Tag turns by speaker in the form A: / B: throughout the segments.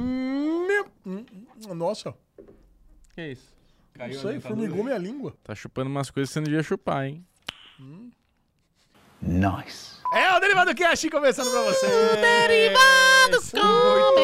A: Meu- hum, Nossa,
B: Que é isso?
A: não sei, formigou minha língua.
B: Tá chupando umas coisas que você não devia chupar, hein?
A: É o Derivado Cash começando pra você.
C: Derivados começou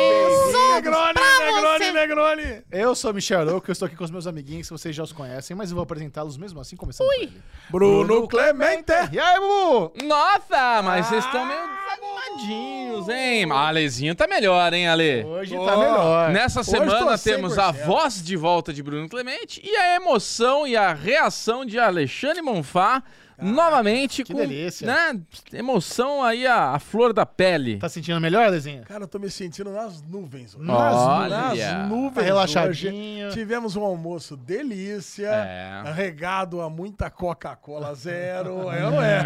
A: Negroni,
C: pra
A: Negroni,
C: você.
A: Negroni.
D: Eu sou o Michel Arouca, eu estou aqui com os meus amiguinhos, que vocês já os conhecem, mas eu vou apresentá-los mesmo assim, começando Ui. ele.
A: Bruno Clemente.
D: E aí, Bubu?
B: Nossa, mas vocês estão meio desanimadinhos, hein? A Alezinho tá melhor, hein, Ale?
D: Hoje
A: Ó,
D: tá melhor.
B: Nessa
A: Hoje
B: semana
A: tô
B: temos a
A: 100%.
B: voz de volta de Bruno Clemente e a emoção e a reação de Alexandre Monfá novamente
D: que
B: com
D: delícia.
B: né, emoção aí a, flor da pele.
D: Tá sentindo melhor, Lezinha?
A: Cara, eu tô me sentindo nas nuvens. hoje.
D: Nas
B: Olha.
A: Nas
D: Tá
A: nuvens.
D: relaxadinho.
A: hoje. Tivemos um almoço delícia,
B: É.
A: regado a muita Coca-Cola zero. É ou não é?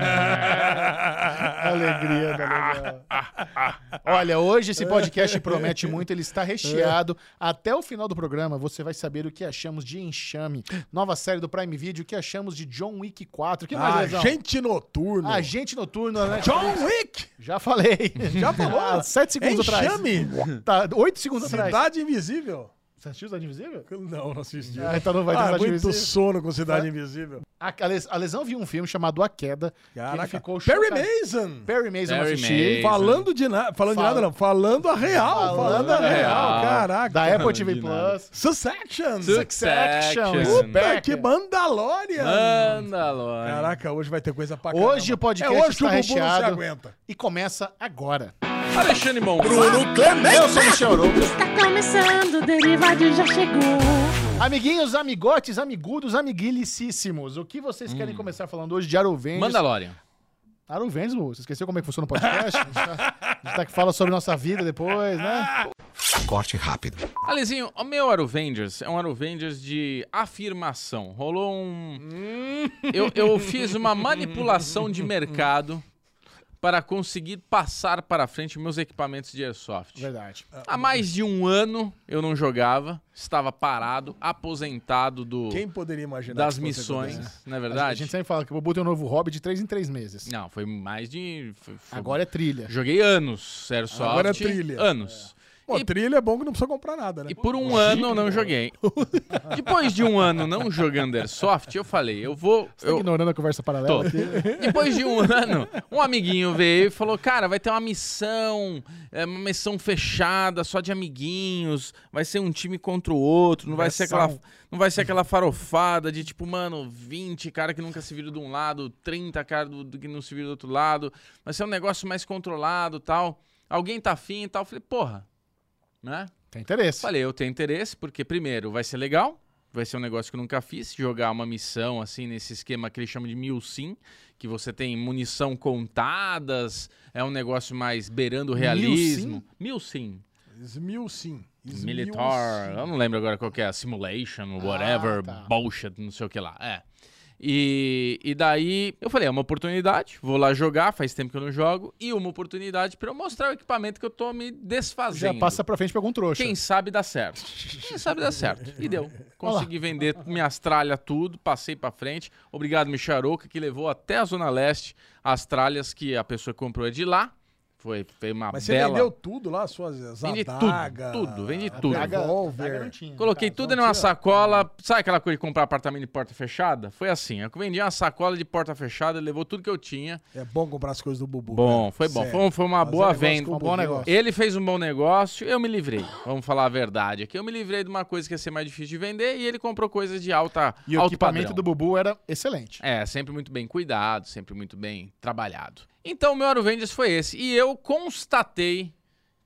D: Alegria, né, galera. Olha, hoje esse podcast promete muito, ele está recheado. Até o final do programa você vai saber o que achamos de Enxame, nova série do Prime Video, o que achamos de John Wick 4. O que
A: Ah,
D: mais, Lezão?
A: Agente noturno.
D: Agente Noturno, né?
A: John Wick.
D: Já falei.
B: Uhum.
A: Já falou?
D: Há sete segundos
A: Enxame.
D: atrás. Tá, oito segundos atrás.
A: Cidade Invisível.
D: Você assistiu Cidade Invisível?
A: Não, não assisti.
D: Ah, então não vai ter
A: ah,
D: Cidade
A: muito
D: Invisível.
A: sono com Cidade Invisível.
D: A, a Les- a Lesão viu um filme chamado A Queda. Que
A: Caraca.
D: ele ficou
A: Perry
D: chocado.
A: Mason.
D: Perry Mason eu
B: Perry
D: assisti.
B: Mason.
A: Falando de nada. Falando de
D: Fala-
A: nada, não. Falando a real. Falando,
D: Falando
A: a
D: a
A: real.
B: real.
A: Caraca.
D: Da Apple TV
B: de
D: Plus.
A: Succession.
B: Succession.
A: Puta
D: Succession.
A: que Mandalorian.
B: Anda, Lore.
A: Caraca, hoje vai ter coisa pra caramba.
D: Hoje o podcast
A: é
B: tá
A: hoje
D: está
A: o Bubu não se
D: recheado.
A: aguenta.
D: E começa agora.
B: Alexandre Monfá.
D: Eu sou o Michel Arouca.
C: Está começando, o Derivado já chegou.
D: Amiguinhos, amigotes, amigudos, amiguilicíssimos. O que vocês
B: Hum.
D: querem começar falando hoje de Aruvendes?
B: Mandalorian.
D: Aruvendes, Lu, você esqueceu como é que funciona o podcast? A gente tá- a gente tá que fala sobre nossa vida depois,
A: Ah.
D: né?
E: Corte rápido.
B: Alezinho, o meu Aruvengers é um Aruvengers de afirmação. Rolou um.
A: Hum.
B: Eu, eu fiz uma manipulação de mercado para conseguir passar para frente meus equipamentos de airsoft.
D: Verdade.
B: Há mais de um ano eu não jogava, estava parado, aposentado do
A: Quem poderia imaginar?
B: das
A: que isso acontecesse?
B: missões, não é
D: A
B: verdade?
D: gente sempre fala que o Bubu tem um novo hobby de três em três meses.
B: Não, foi mais de. foi- foi-
D: Agora é trilha.
B: Joguei anos, airsoft.
A: Agora é trilha.
B: Anos.
A: Pô,
B: E-
A: trilha é bom que não precisa comprar nada, né?
B: E por um ano eu não joguei. Depois de um ano não jogando Airsoft, eu falei, eu vou.
D: Tá
B: eu-
D: ignorando a conversa paralela
B: Tô.
D: aqui.
B: Depois de um ano, um amiguinho veio e falou: Cara, vai ter uma missão, é, uma missão fechada, só de amiguinhos, vai ser um time contra o outro, não vai, ser aquela, não vai ser aquela farofada de tipo, mano, 20 cara que nunca se viram de um lado, 30 cara do, do que não se viram do outro lado, vai ser um negócio mais controlado tal. Alguém tá afim e tal. Eu falei, porra, né?
D: Tem interesse.
B: Falei, eu tenho interesse, porque primeiro, vai ser legal, vai ser um negócio que eu nunca fiz, jogar uma missão assim, nesse esquema que eles chamam de mil sim, que você tem munição contadas, é um negócio mais beirando o realismo. Mil sim.
A: Smil sim. Smil
B: Militar,
A: sim.
B: eu não lembro agora qual que é, simulation, whatever,
D: tá.
B: bullshit, não sei o que lá, é. E, e daí eu falei, é uma oportunidade, vou lá jogar, faz tempo que eu não jogo, e uma oportunidade pra eu mostrar o equipamento que eu tô me
D: Já
B: desfazendo.
D: passa pra frente pra algum trouxa.
B: Quem sabe dá certo. Quem sabe dá certo. E deu. Consegui vender minhas tralhas tudo, passei pra frente. Obrigado, Micharouca, que levou até a Zona Leste as tralhas que a pessoa que comprou é de lá. Foi, foi uma
A: Mas você
B: bela...
A: vendeu tudo lá, suas as
B: Vendi tudo,
A: adaga,
B: tudo, vendi tudo.
D: Daga- daga
A: Revolver.
D: não tinha.
B: Coloquei tudo
A: Então
B: numa sacola. Sabe aquela coisa de comprar apartamento de porta fechada? Foi assim. Eu vendi uma sacola de porta fechada, levou tudo que eu tinha.
A: É bom comprar as coisas do Bubu.
B: Bom,
A: cara.
B: foi bom.
A: Sério.
B: Foi, um- foi uma
A: Fazer
B: boa
A: negócio
B: venda.
A: com o
D: né? Um bom
A: Bubu.
D: negócio.
B: Ele fez um bom negócio, eu me livrei. Vamos falar a verdade aqui. Eu me livrei de uma coisa que ia ser mais difícil de vender e ele comprou coisas de alta
D: E o
B: alto
D: equipamento
B: padrão.
D: do Bubu era excelente.
B: É, sempre muito bem cuidado, sempre muito bem trabalhado. Então, o meu Aruvendes foi esse. E eu constatei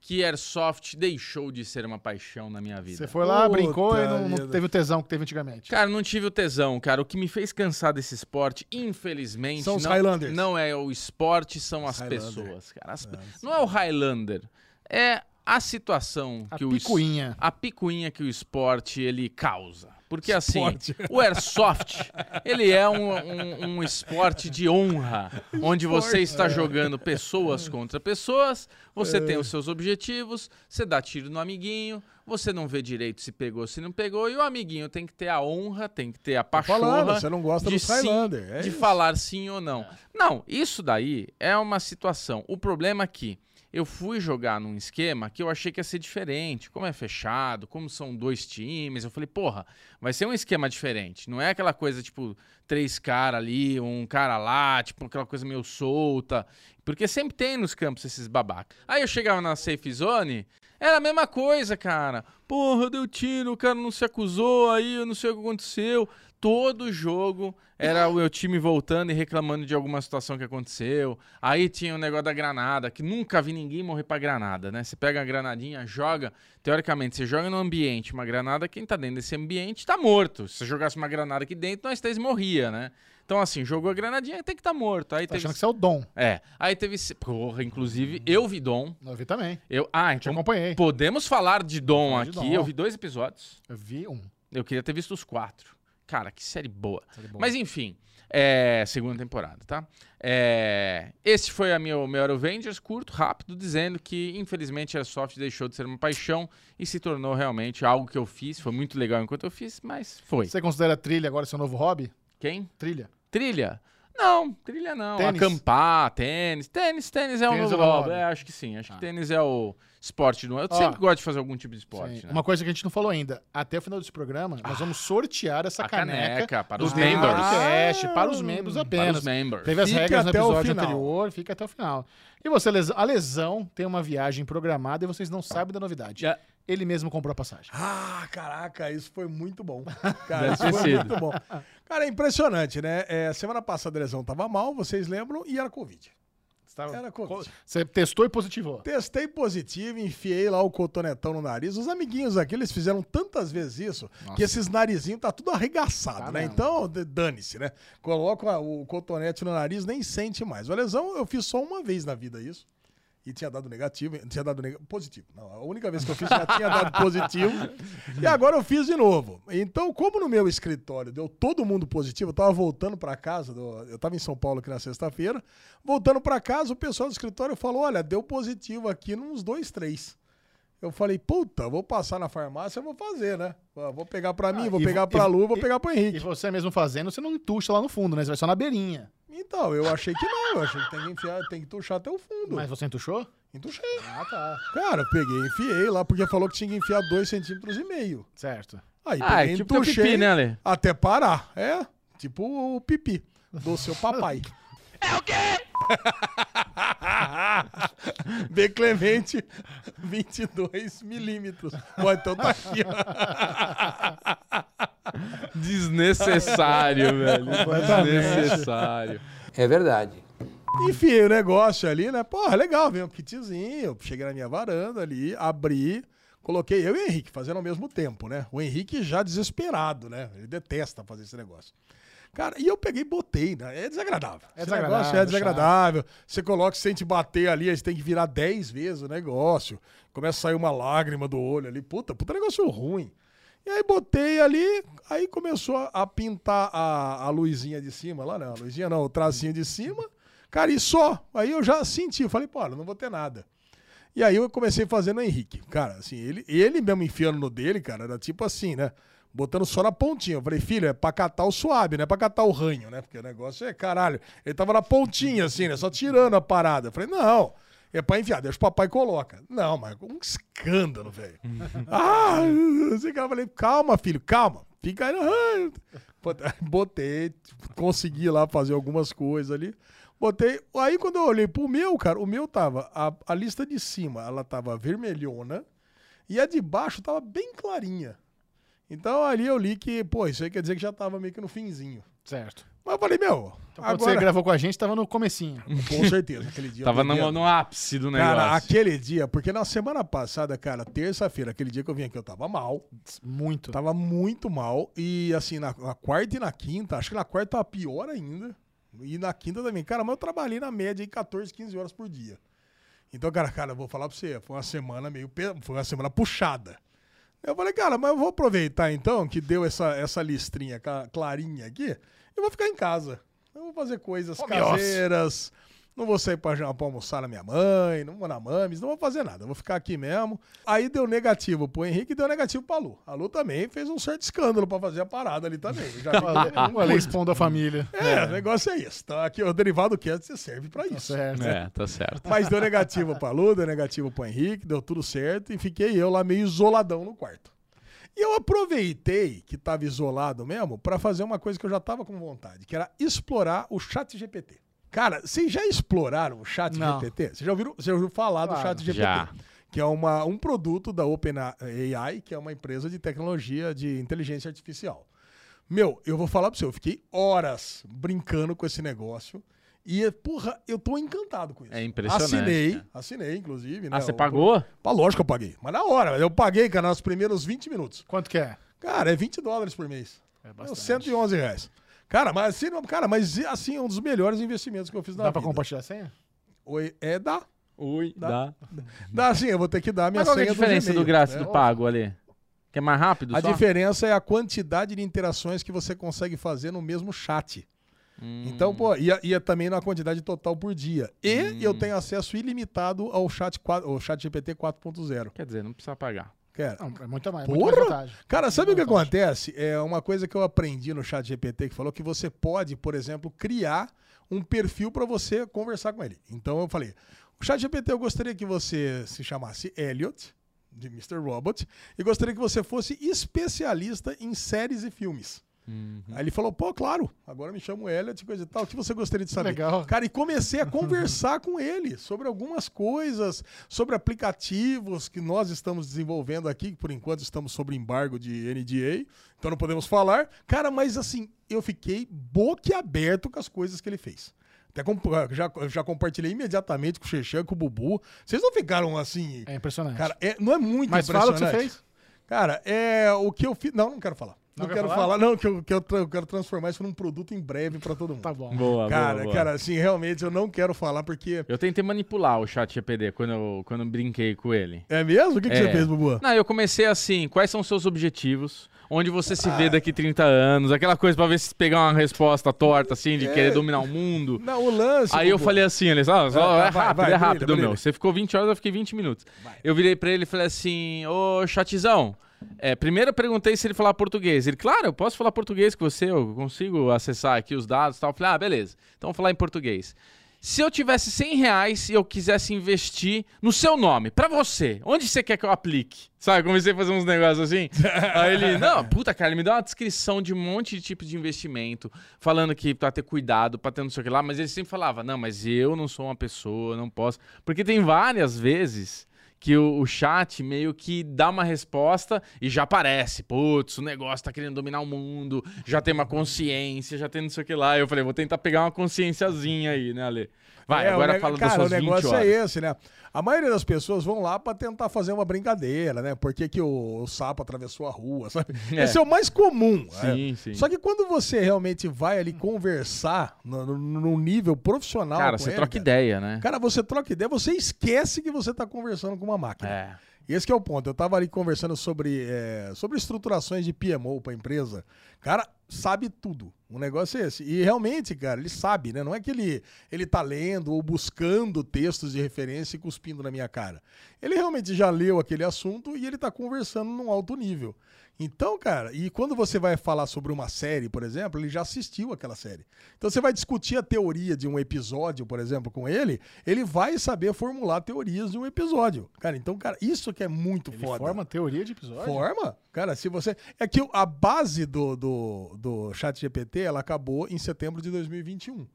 B: que Airsoft deixou de ser uma paixão na minha vida.
D: Você foi lá,
A: Puta
D: brincou e não, não
A: vida.
D: teve o tesão que teve antigamente.
B: Cara, não tive o tesão, cara. O que me fez cansar desse esporte, infelizmente,
A: São os
B: não,
A: Highlanders. Ah,
B: não é o esporte, são as
A: Highlander.
B: pessoas, cara. As pe- não é o Highlander, é a situação
D: A
B: que o es-
D: picuinha.
B: a picuinha que o esporte ele causa. Porque
A: Esporte.
B: assim, o airsoft, ele é um, um- um esporte de honra, onde você
A: é.
B: está jogando pessoas contra pessoas, você tem os seus objetivos, você dá tiro no amiguinho, você não vê direito se pegou, se não pegou, e o amiguinho tem que ter a honra, tem que ter a
A: Tô Falando,
B: pachorra
A: você não gosta
B: de
A: dos
B: sim,
A: Highlander. é
B: de
A: isso.
B: falar sim ou não. Não, isso daí é uma situação. O problema é que eu fui jogar num esquema que eu achei que ia ser diferente. Como é fechado, como são dois times. Eu falei, porra, vai ser um esquema diferente. Não é aquela coisa, tipo, três caras ali, um cara lá, tipo, aquela coisa meio solta. Porque sempre tem nos campos esses babacas. Aí eu chegava na safe zone, era a mesma coisa, cara. Porra, eu dei o tiro, o cara não se acusou, aí eu não sei o que aconteceu. Todo jogo era o meu time voltando e reclamando de alguma situação que aconteceu. Aí tinha o negócio da granada, que nunca vi ninguém morrer pra granada, né? Você pega a granadinha, joga. Teoricamente, você joga no ambiente uma granada, quem tá dentro desse ambiente tá morto. Se você jogasse uma granada aqui dentro, nós três morria, né? Então, assim, jogou a granadinha, tem que tá morto. Aí
D: Tá
B: teve...
D: achando que você é o Dom.
B: É. Aí teve. se- Porra, inclusive, eu vi Dom.
D: Eu vi também.
B: Eu... Ah,
D: Te
B: então
D: acompanhei.
B: podemos falar de Dom
D: Falar de
B: aqui.
D: Dom.
B: Eu vi dois episódios.
D: Eu vi um.
B: Eu queria ter visto os quatro. Cara, que série Tá boa.
D: Série boa.
B: Mas enfim, é, segunda temporada, tá? É, esse foi a minha, o meu Avengers, curto, rápido, dizendo que infelizmente a Airsoft deixou de ser uma paixão e se tornou realmente algo que eu fiz. Foi muito legal enquanto eu fiz, mas foi.
D: Você considera trilha agora seu novo hobby?
B: Quem?
D: Trilha.
B: Trilha? Não, trilha não.
D: Tênis?
B: Acampar, tênis. Tênis, tênis é o
D: Tênis
B: novo
D: é o novo
B: hobby.
D: hobby.
B: É, acho que sim. Acho
D: Ah.
B: que tênis é o esporte do ano. Eu
D: Ó,
B: sempre gosto de fazer algum tipo de esporte.
D: Sim.
B: né? Ah,
D: Uma coisa que a gente não falou ainda. Até o final desse programa, nós vamos sortear essa
B: A
D: caneca,
B: caneca para
D: do
B: os
D: Daily
B: members. Ah,
D: Podcast, para os membros
B: Para os
D: apenas.
B: members.
D: Teve as
A: Fica
D: regras no
A: até o
D: episódio
A: final.
D: anterior, fica até o final. E você, lesão, a lesão tem uma viagem programada e vocês não sabem da novidade.
B: Já-
D: Ele mesmo comprou a passagem.
A: Ah, caraca, isso foi muito bom. Cara,
B: Deve
A: isso
B: ter
A: foi
B: sido.
A: muito bom. Cara, é impressionante, né? É, semana passada a lesão tava mal, vocês lembram, e era Covid.
D: Você, tava-
A: Era Covid.
D: Tá Você testou e positivou.
A: Testei positivo, enfiei lá o cotonetão no nariz. Os amiguinhos aqui, eles fizeram tantas vezes isso,
B: Nossa.
A: que esses narizinhos tá tudo arregaçado,
D: Tá
A: né?
D: mesmo.
A: Então, d- dane-se, né? Coloca a- o cotonete no nariz, nem sente mais. A lesão, eu fiz só uma vez na vida isso. E tinha dado negativo, tinha dado neg- positivo. Não, a única vez que eu fiz já tinha dado positivo. E agora eu fiz de novo. Então, como no meu escritório deu todo mundo positivo, eu tava voltando para casa, do- eu tava em São Paulo aqui na sexta-feira, voltando para casa, o pessoal do escritório falou: olha, deu positivo aqui nos dois, três. Eu falei, puta, vou passar na farmácia, eu vou fazer, né? Vou vou pegar para mim,
D: Ah,
A: vou
D: e
A: pegar
D: vo-
A: pra
D: e-
A: Lu, vou pegar pro Henrique.
D: E você mesmo fazendo, você não entuxa lá no fundo, né? Você vai só na beirinha.
A: Então, eu achei que não, eu achei que tem que enfiar, tem que tuchar até o fundo.
D: Mas você entuchou?
A: Entuchei.
D: Ah, tá.
A: Cara, eu peguei, enfiei lá, porque falou que tinha que enfiar dois centímetros e meio.
D: Certo.
A: Aí
B: Ah,
A: peguei,
B: é tipo teu
A: entuchei
B: pipi, né, Ale?
A: até parar. É, tipo o pipi do seu papai. É o quê? B Clemente, 22 milímetros. Bom, então tá aqui, ó.
B: Desnecessário, velho. Desnecessário.
E: É verdade.
A: Enfiei o negócio ali, né? Porra, legal, veio um kitzinho. Cheguei na minha varanda ali, abri, coloquei eu e o Henrique fazendo ao mesmo tempo, né? O Henrique já desesperado, né? Ele detesta fazer esse negócio. Cara, e eu peguei e botei, né? É desagradável.
D: É
A: Esse
D: desagradável,
A: negócio é desagradável. Você coloca, se sente bater ali, aí você tem que virar 10 vezes o negócio. Começa a sair uma lágrima do olho ali. Puta, puta negócio ruim. E aí botei ali, aí começou a- a pintar a, a luzinha de cima, lá não, a luzinha não, o tracinho de cima. Cara, e só. Aí eu já senti, falei, pô, olha, não vou ter nada. E aí eu comecei fazendo o Henrique. Cara, assim, ele, ele mesmo enfiando no dele, cara, era tipo assim, né? Botando só na pontinha. Eu falei, filho, é pra catar o suave, não é pra catar o ranho, né? Porque o negócio é, caralho, ele tava na pontinha, assim, né? Só tirando a parada. Eu falei, não, é pra enfiar, deixa o papai coloca. Não, mas um escândalo, velho. ah, assim, cara, eu falei, calma, filho, calma. Fica aí. ah. Puta, Botei, consegui lá fazer algumas coisas ali. Botei. Aí quando eu olhei pro meu, cara, o meu tava. A, a lista de cima, ela tava vermelhona. E a de baixo tava bem clarinha. Então ali eu li que, pô, isso aí quer dizer que já tava meio que no finzinho.
D: Certo.
A: Mas eu falei, meu,
D: Então, quando você
A: agora.
D: gravou com a gente, tava no comecinho.
A: Com certeza, aquele dia. eu
B: Tava
A: bebendo.
B: no, no ápice do negócio.
A: Cara, aquele dia, porque na semana passada, cara, terça-feira, aquele dia que eu vim aqui, eu tava mal.
D: Muito.
A: Tava muito mal. E assim, na, na quarta e na quinta, acho que na quarta tava pior ainda. E na quinta também. Cara, mas eu trabalhei na média aí 14, 15 horas por dia. Então, cara, cara, eu vou falar pra você, foi uma semana meio. pe- Foi uma semana puxada. Eu falei, cara, mas eu vou aproveitar então que deu essa, essa listrinha ca- clarinha aqui. Eu vou ficar em casa. Eu vou fazer coisas
D: Home office.
A: caseiras. Não vou sair pra Japão almoçar na minha mãe, não vou na Mames, não vou fazer nada, eu vou ficar aqui mesmo. Aí deu negativo pro Henrique e deu negativo pra Lu. A Lu também fez um certo escândalo pra fazer a parada ali também. Eu Já vi que-
D: Olha, expondo a família.
A: é, o negócio é isso. Tá? Aqui, o derivado que você serve pra isso.
D: Certo.
B: É, tá certo.
A: Mas deu negativo pra Lu, deu negativo pro Henrique, deu tudo certo e fiquei eu lá meio isoladão no quarto. E eu aproveitei que tava isolado mesmo pra fazer uma coisa que eu já tava com vontade, que era explorar o chat GPT. Cara, vocês já exploraram o chat
D: Não.
A: GPT? Vocês já ouviram, vocês já ouviram falar do
D: Claro.
A: chat GPT?
B: Já.
A: Que é uma, um produto da OpenAI, que é uma empresa de tecnologia de inteligência artificial. Meu, eu vou falar pra você, eu fiquei horas brincando com esse negócio. E, porra, eu tô encantado com isso.
B: É impressionante,
A: Assinei,
B: cara.
A: assinei, inclusive. né,
B: Ah, você
A: o-
B: pagou?
A: Ah, lógico que eu paguei. Mas na hora, eu paguei, cara, nos primeiros 20 minutos.
D: Quanto que é?
A: Cara, é 20 dólares por mês.
D: É
A: É uns 111 reais. Cara, mas assim, não- cara, mas assim, é um dos melhores investimentos que eu fiz na
D: Dá pra
A: vida.
D: compartilhar a senha?
A: Oi, é, dá.
B: Ui, dá.
A: Dá assim, eu vou ter que dar a minha
B: Mas qual que é
A: senha
B: a diferença
A: do, Gmail,
B: do graça e
A: né?
B: do pago ali? Que é mais rápido
A: A
B: só?
A: diferença é a quantidade de interações que você consegue fazer no mesmo chat.
B: Hum.
A: Então, pô, ia, ia também na quantidade total por dia. E eu tenho acesso ilimitado ao chat, 4, ao chat GPT 4.0.
B: Quer dizer, não precisa pagar.
A: Cara,
D: Não, é muito mais. é Muito mais
A: Porra!
D: vantagem.
A: Cara, sabe o que
D: Vantagem.
A: acontece? É uma coisa que eu aprendi no chat GPT que falou que você pode, por exemplo, criar um perfil para você conversar com ele. Então eu falei, o chat GPT eu gostaria que você se chamasse Elliot, de Mr. Robot, e gostaria que você fosse especialista em séries e filmes. Aí ele falou, pô, claro, agora me chamo Elliot, coisa e tal, o que você gostaria de saber?
D: Legal.
A: Cara, e comecei
D: Uhum.
A: a conversar com ele sobre algumas coisas, sobre aplicativos que nós estamos desenvolvendo aqui, que por enquanto estamos sob embargo de NDA, então não podemos falar. Cara, mas assim, eu fiquei boquiaberto com as coisas que ele fez. Até com- ah, já, já compartilhei imediatamente com o Xexan, com o Bubu. Vocês não ficaram assim.
D: É impressionante.
A: Cara, é- não é muito
D: Mas fala o que
A: impressionante.
D: você fez.
A: Cara, é o que eu fiz. Não, não quero falar.
D: Não
A: Não,
D: quer
A: quero
D: falar?
A: falar, não, que eu, que eu tra- eu quero transformar isso num produto em breve pra todo mundo.
D: Tá bom.
B: Boa,
A: Cara,
B: boa, boa.
A: cara, assim, realmente eu não quero falar porque.
B: Eu tentei manipular o chat GPD quando eu, quando eu brinquei com ele.
A: É mesmo? O que, que
B: É.
A: você fez, Bubu?
B: Não, eu comecei assim, quais são os seus objetivos? Onde você se vê daqui 30 anos? Aquela coisa pra ver se pegar uma resposta torta, assim,
A: É.
B: de querer dominar o mundo.
A: Não, o lance.
B: Aí eu
A: Bubu.
B: falei assim, ele só, só
A: Ah, tá, vai,
B: é rápido,
A: vai,
B: é
A: brilha,
B: rápido,
A: brilha.
B: meu. Você ficou 20 horas, eu fiquei 20 minutos. Eu virei pra ele e falei assim, ô chatizão, é, primeiro eu perguntei se ele falava português. Ele, claro, eu posso falar português com você, eu consigo acessar aqui os dados e tal. Eu falei, ah, beleza, então vou falar em português. Se eu tivesse 100 reais e eu quisesse investir no seu nome, pra você, onde você quer que eu aplique? Sabe, comecei a fazer uns negócios assim. Aí ele, não, puta cara, ele me deu uma descrição de um monte de tipos de investimento, falando que pra ter cuidado, pra ter não sei o que lá, mas ele sempre falava, não, mas eu não sou uma pessoa, não posso. Porque tem várias vezes que o, o chat meio que dá uma resposta e já aparece. Putz, o negócio tá querendo dominar o mundo, já tem uma consciência, já tem não sei o que lá. Eu falei, vou tentar pegar uma consciênciazinha aí, né, Ale? Vai,
A: É, o
B: agora
A: neg-
B: fala das
A: Cara, o
B: suas 20 horas.
A: negócio é esse, né? A maioria das pessoas vão lá pra tentar fazer uma brincadeira, né? Por que, que o, o sapo atravessou a rua, sabe?
B: É.
A: Esse é o mais comum.
B: Sim,
A: é.
B: sim.
A: Só que quando você realmente vai ali conversar no, no- no nível profissional.
B: Cara,
A: com
B: você
A: ele,
B: troca
A: cara,
B: ideia, né?
A: Cara, você troca ideia, você esquece que você tá conversando com uma máquina.
B: É.
A: Esse que é o ponto. Eu tava ali conversando sobre, é, sobre estruturações de PMO pra empresa. Cara, sabe tudo. O negócio é esse. E realmente, cara, ele sabe, né? Não é que ele, ele tá lendo ou buscando textos de referência e cuspindo na minha cara. Ele realmente já leu aquele assunto e ele tá conversando num alto nível. Então, cara, e quando você vai falar sobre uma série, por exemplo, ele já assistiu aquela série. Então você vai discutir a teoria de um episódio, por exemplo, com ele, ele vai saber formular teorias de um episódio. Cara, então, cara, isso que é muito
D: Ele
A: foda.
D: forma teoria de episódio?
A: Forma? Cara, se você. É que o- a base do, do, do Chat GPT ela acabou em setembro de 2021.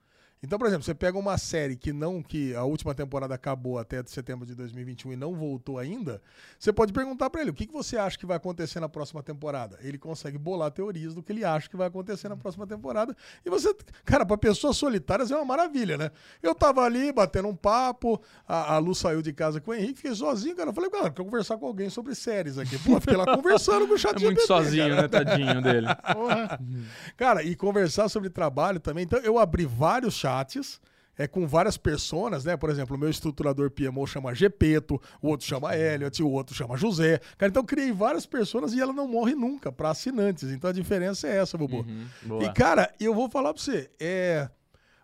A: Então, por exemplo, você pega uma série que não que a última temporada acabou até de setembro de 2021 e não voltou ainda, você pode perguntar pra ele o que, que você acha que vai acontecer na próxima temporada. Ele consegue bolar teorias do que ele acha que vai acontecer na próxima temporada. E você, cara, pra pessoas solitárias é uma maravilha, né? Eu tava ali batendo um papo, a, a Lu saiu de casa com o Henrique, fiquei sozinho, cara. Eu falei, cara, quero conversar com alguém sobre séries aqui. Pô, fiquei lá conversando com o chat
B: É muito sozinho, né, tadinho dele.
D: Porra.
A: Cara, e conversar sobre trabalho também. Então, eu abri vários chats. É, com várias personas, né? Por exemplo, o meu estruturador PMO chama Gepeto, o outro chama Elliot, o outro chama José. Cara, então eu criei várias personas e ela não morre nunca para assinantes. Então a diferença é essa, Bubu.
B: boa.
A: E, cara, eu vou falar pra você, é.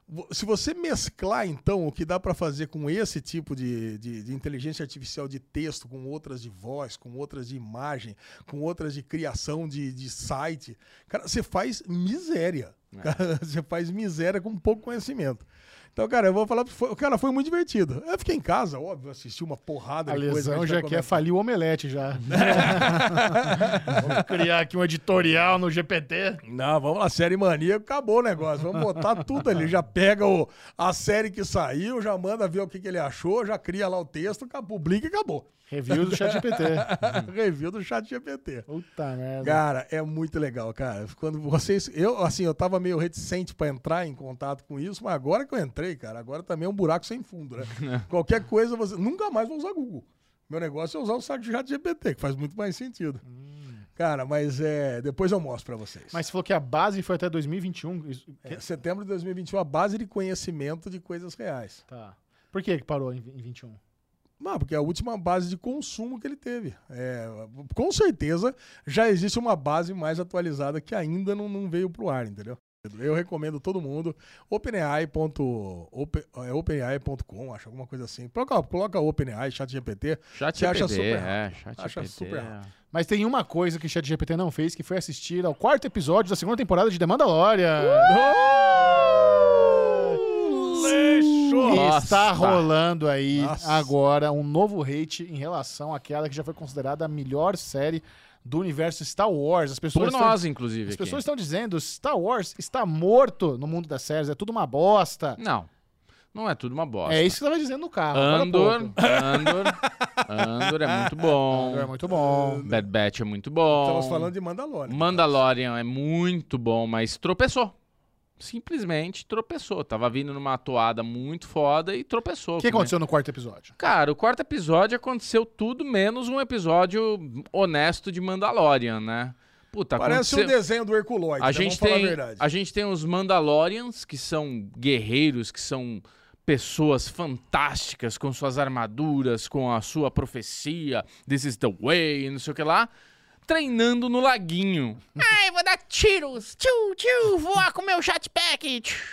A: Vo- Se você mesclar, então, o que dá pra fazer com esse tipo de, de, de inteligência artificial de texto, com outras de voz, com outras de imagem, com outras de criação de, de site, cara, você faz miséria.
D: É.
A: Cara, você faz miséria com pouco conhecimento. Então, cara, eu vou falar. pra- Foi, cara, foi muito divertido. Eu fiquei em casa, óbvio, assisti uma porrada
D: A
A: de coisa.
D: lesão
A: gente
D: já
A: vai
D: quer
A: comentar.
D: falir o omelete já. Vamos criar aqui um editorial no GPT.
A: Não, vamos lá, série mania, acabou o negócio. Vamos botar tudo ali. Já pega o, a série que saiu, já manda ver o que, que ele achou, já cria lá o texto, acabou, publica e acabou.
D: Review do chat GPT.
A: Review do chat GPT.
D: Puta merda.
A: Cara, é muito legal, cara. Quando vocês. Eu, assim, eu tava meio reticente pra entrar em contato com isso, mas agora que eu entrei, cara, agora também é um buraco sem fundo, né? Qualquer coisa, você. Nunca mais vou usar Google. Meu negócio é usar o site do chat GPT, que faz muito mais sentido. Cara, mas é. Depois eu mostro pra vocês.
D: Mas você falou que a base foi até 2021. Isso-
A: É, setembro de 2021, a base de conhecimento de coisas reais.
D: Tá. Por que que parou em vi- em 21?
A: Não, porque é a última base de consumo que ele teve. É, com certeza já existe uma base mais atualizada que ainda não, não veio pro ar, entendeu? Eu recomendo todo mundo. OpenAI.com, é, acho alguma coisa assim. Coloca, coloca OpenAI, ChatGPT.
B: Chat
A: Você acha
B: GPT,
A: super
B: é, chat
A: Acha
B: GPT,
A: super
B: é.
A: rápido.
D: Mas tem uma coisa que o chat GPT não fez, que foi assistir ao quarto episódio da segunda temporada de The
B: Uh!
D: Mandalorian.
A: Leixo!
D: E
B: Nossa.
D: está rolando aí
A: Nossa.
D: agora um novo hate em relação àquela que já foi considerada a melhor série do universo Star Wars. As pessoas
B: Por
D: estão
B: nós, inclusive.
D: As
B: aqui.
D: pessoas estão dizendo Star Wars está morto no mundo das séries, é tudo uma bosta.
B: Não, não é tudo uma bosta.
D: É isso que eu tava dizendo no carro. agora há
B: Andor,
D: pouco.
B: Andor, Andor é muito bom.
D: Andor é muito bom.
B: Bad Batch é muito bom.
A: Estamos falando de Mandalorian.
B: Mandalorian é muito bom, mas tropeçou. Simplesmente tropeçou. Tava vindo numa toada muito foda e tropeçou.
D: O que
B: Come-
D: aconteceu no quarto episódio?
B: Cara, o quarto episódio aconteceu tudo menos um episódio honesto de Mandalorian, né? Puta,
A: Parece um
B: aconteceu...
A: desenho do Herculoide,
B: A
A: né? vamos
B: gente,
A: falar
B: tem,
A: a verdade.
B: a gente tem os Mandalorians, que são guerreiros, que são pessoas fantásticas com suas armaduras, com a sua profecia, this is the way, e não sei o que lá, treinando no laguinho. Ai, vou dar tiros, tchu, tchu, voar com meu jetpack, tchu.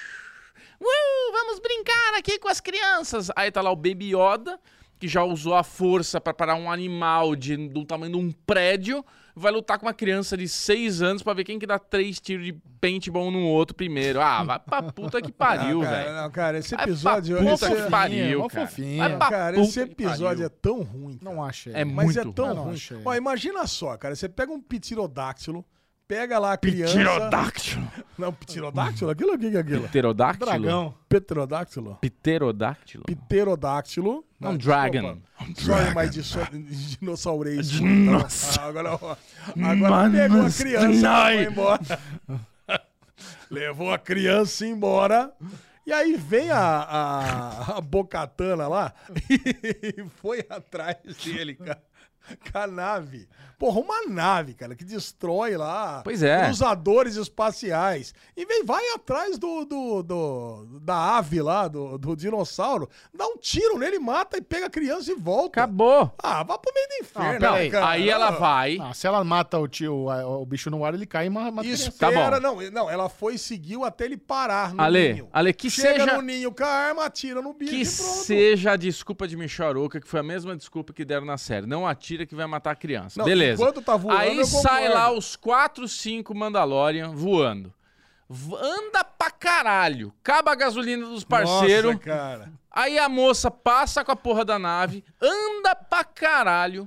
B: Uh, vamos brincar aqui com as crianças. Aí tá lá o Baby Yoda, que já usou a força pra parar um animal de, do tamanho de um prédio. Vai lutar com uma criança de 6 anos pra ver quem que dá três tiros de paintball no outro primeiro. Ah, vai pra puta que pariu,
A: não, cara,
B: velho.
A: Não, cara, esse
B: Vai pra
A: episódio.
B: puta
A: esse-
B: que pariu,
D: mó
B: cara.
D: fofinha.
B: Vai pra
A: Cara,
B: puta
A: esse
B: que
A: episódio
B: pariu.
A: é tão ruim. cara.
D: Não achei.
B: É
A: Mas
B: muito
A: é tão
D: Eu não
A: ruim.
D: achei.
A: Ó, imagina só, cara. Você pega um pterodáctilo, pega lá a criança.
B: Pterodáctilo.
A: Não, pterodáctilo? Aquilo, o que que é aquilo?
B: Pterodáctilo?
D: Dragão.
A: Pterodáctilo?
B: Pterodáctilo?
A: Pterodáctilo.
B: Não,
A: desculpa.
B: dragon.
A: Sorry, my disso- dinossaureis. Nossa. Tá Agora, ó, agora
B: Manos
A: pegou a criança e
B: tonight.
A: foi embora. Levou a criança embora. E aí vem a, a, a Bocatana lá e foi atrás dele, cara. Com a nave. Porra, uma nave, cara, que destrói lá
B: Pois é.
A: cruzadores espaciais. E vem, vai atrás do, do, do- da ave lá, do, do dinossauro, dá um tiro nele, mata e pega a criança e volta.
B: Acabou.
A: Ah, vá pro meio do inferno,
D: Não,
A: né,
D: peraí.
A: cara.
B: Aí ela vai...
D: Ah, se ela mata o tio, a- o bicho no ar, ele cai e ma- mata a
A: Isso,
D: criança.
B: Tá
A: espera,
B: bom.
A: não, não, ela foi e seguiu até ele parar no
B: Ale,
A: ninho.
B: Ale, que
A: Chega
B: seja...
A: no ninho com a arma, atira no bicho
B: Que
A: e pronto.
B: seja a desculpa de Micharoca, que foi a mesma desculpa que deram na série. Não atira que vai matar a criança.
A: Não,
B: Beleza.
A: enquanto tá voando,
B: Aí
A: eu
B: sai
A: concordo.
B: lá os 4, 5 Mandalorian voando. V- Anda pra caralho. Acaba a gasolina dos parceiros.
A: Nossa, cara.
B: Aí a moça passa com a porra da nave, anda pra caralho,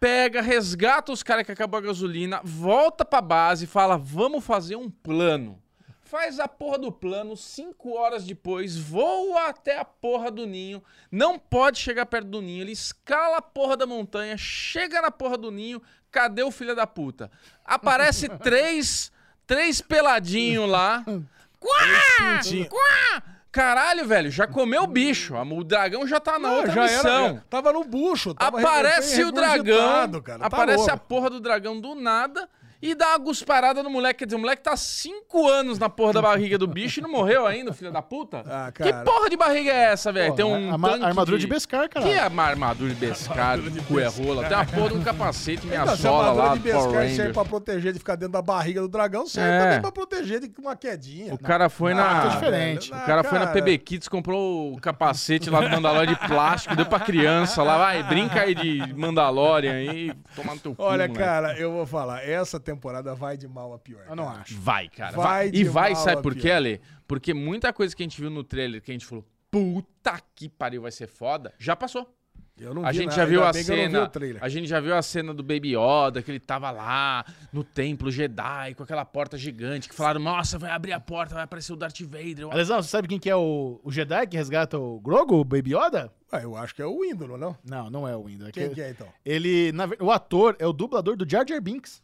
B: pega, resgata os caras que acabou a gasolina, volta pra base e fala: vamos fazer um plano. Faz a porra do plano, cinco horas depois, voa até a porra do ninho, não pode chegar perto do ninho, ele escala a porra da montanha, chega na porra do ninho, cadê o filho da puta? Aparece três, três peladinho lá. Quá!
A: Tinha-
B: Caralho, velho, já comeu o bicho. A- O dragão já tá na
A: Não,
B: outra
A: já
B: missão.
A: era. Tava no bucho. Tava
B: Aparece
A: re-
B: o
A: Tá regurgitado,
B: dragão.
A: cara, tá
B: aparece a
A: louco.
B: porra do dragão do nada. e dá uma gusparada no moleque. Quer dizer, o moleque tá há cinco anos na porra da barriga do bicho e não morreu ainda, filha da puta.
A: Ah,
B: que
A: cara.
B: porra de barriga é essa, velho? Tem um.
D: a, ma-
B: tanque
D: armadura de Beskar, cara.
B: Que é uma armadura de Beskar, cu é rola. Tem uma porra de um capacete, minha
A: Não, Então, se a
B: sola lá
A: armadura é de
B: do Power
A: pescar serve
B: Ranger.
A: pra proteger de ficar dentro da barriga do dragão, serve
B: É.
A: também pra proteger de uma quedinha.
B: O cara foi
D: Ah,
B: na.
D: tô diferente.
A: velho,
B: O cara foi na
A: cara.
B: PB Kids, comprou o capacete lá do Mandalorian de plástico, deu pra criança lá, vai, brinca aí de Mandalorian aí, toma no teu cu,
A: Olha,
B: moleque.
A: cara, eu vou falar, essa temporada vai de mal a pior.
D: Eu não
A: cara.
D: acho.
B: Vai, cara.
A: Vai
B: Vai.
A: de
B: E vai,
A: mal
B: sabe
A: a
B: por quê,
A: pior.
B: Ale? Porque muita coisa que a gente viu no trailer que a gente falou, puta que pariu, vai ser foda, já passou.
A: Eu não
B: A
A: vi
B: gente
A: nada,
B: já viu
A: ainda
B: a
A: bem que eu não vi o
B: cena.
A: trailer.
B: A gente já viu a cena do Baby Yoda, que ele tava lá no templo Jedi, com aquela porta gigante, que falaram, nossa, vai abrir a porta, vai aparecer o Darth Vader. Eu-
D: Alesão, você sabe quem que é o, o Jedi que resgata o Grogu, o Baby Yoda?
A: Ah, eu acho que é o Windows, não? é?
D: Não, não é o Windu. É
A: Quem
D: que-
A: que é, então?
D: Ele, na ver- o ator é o dublador do Jar Jar Binks.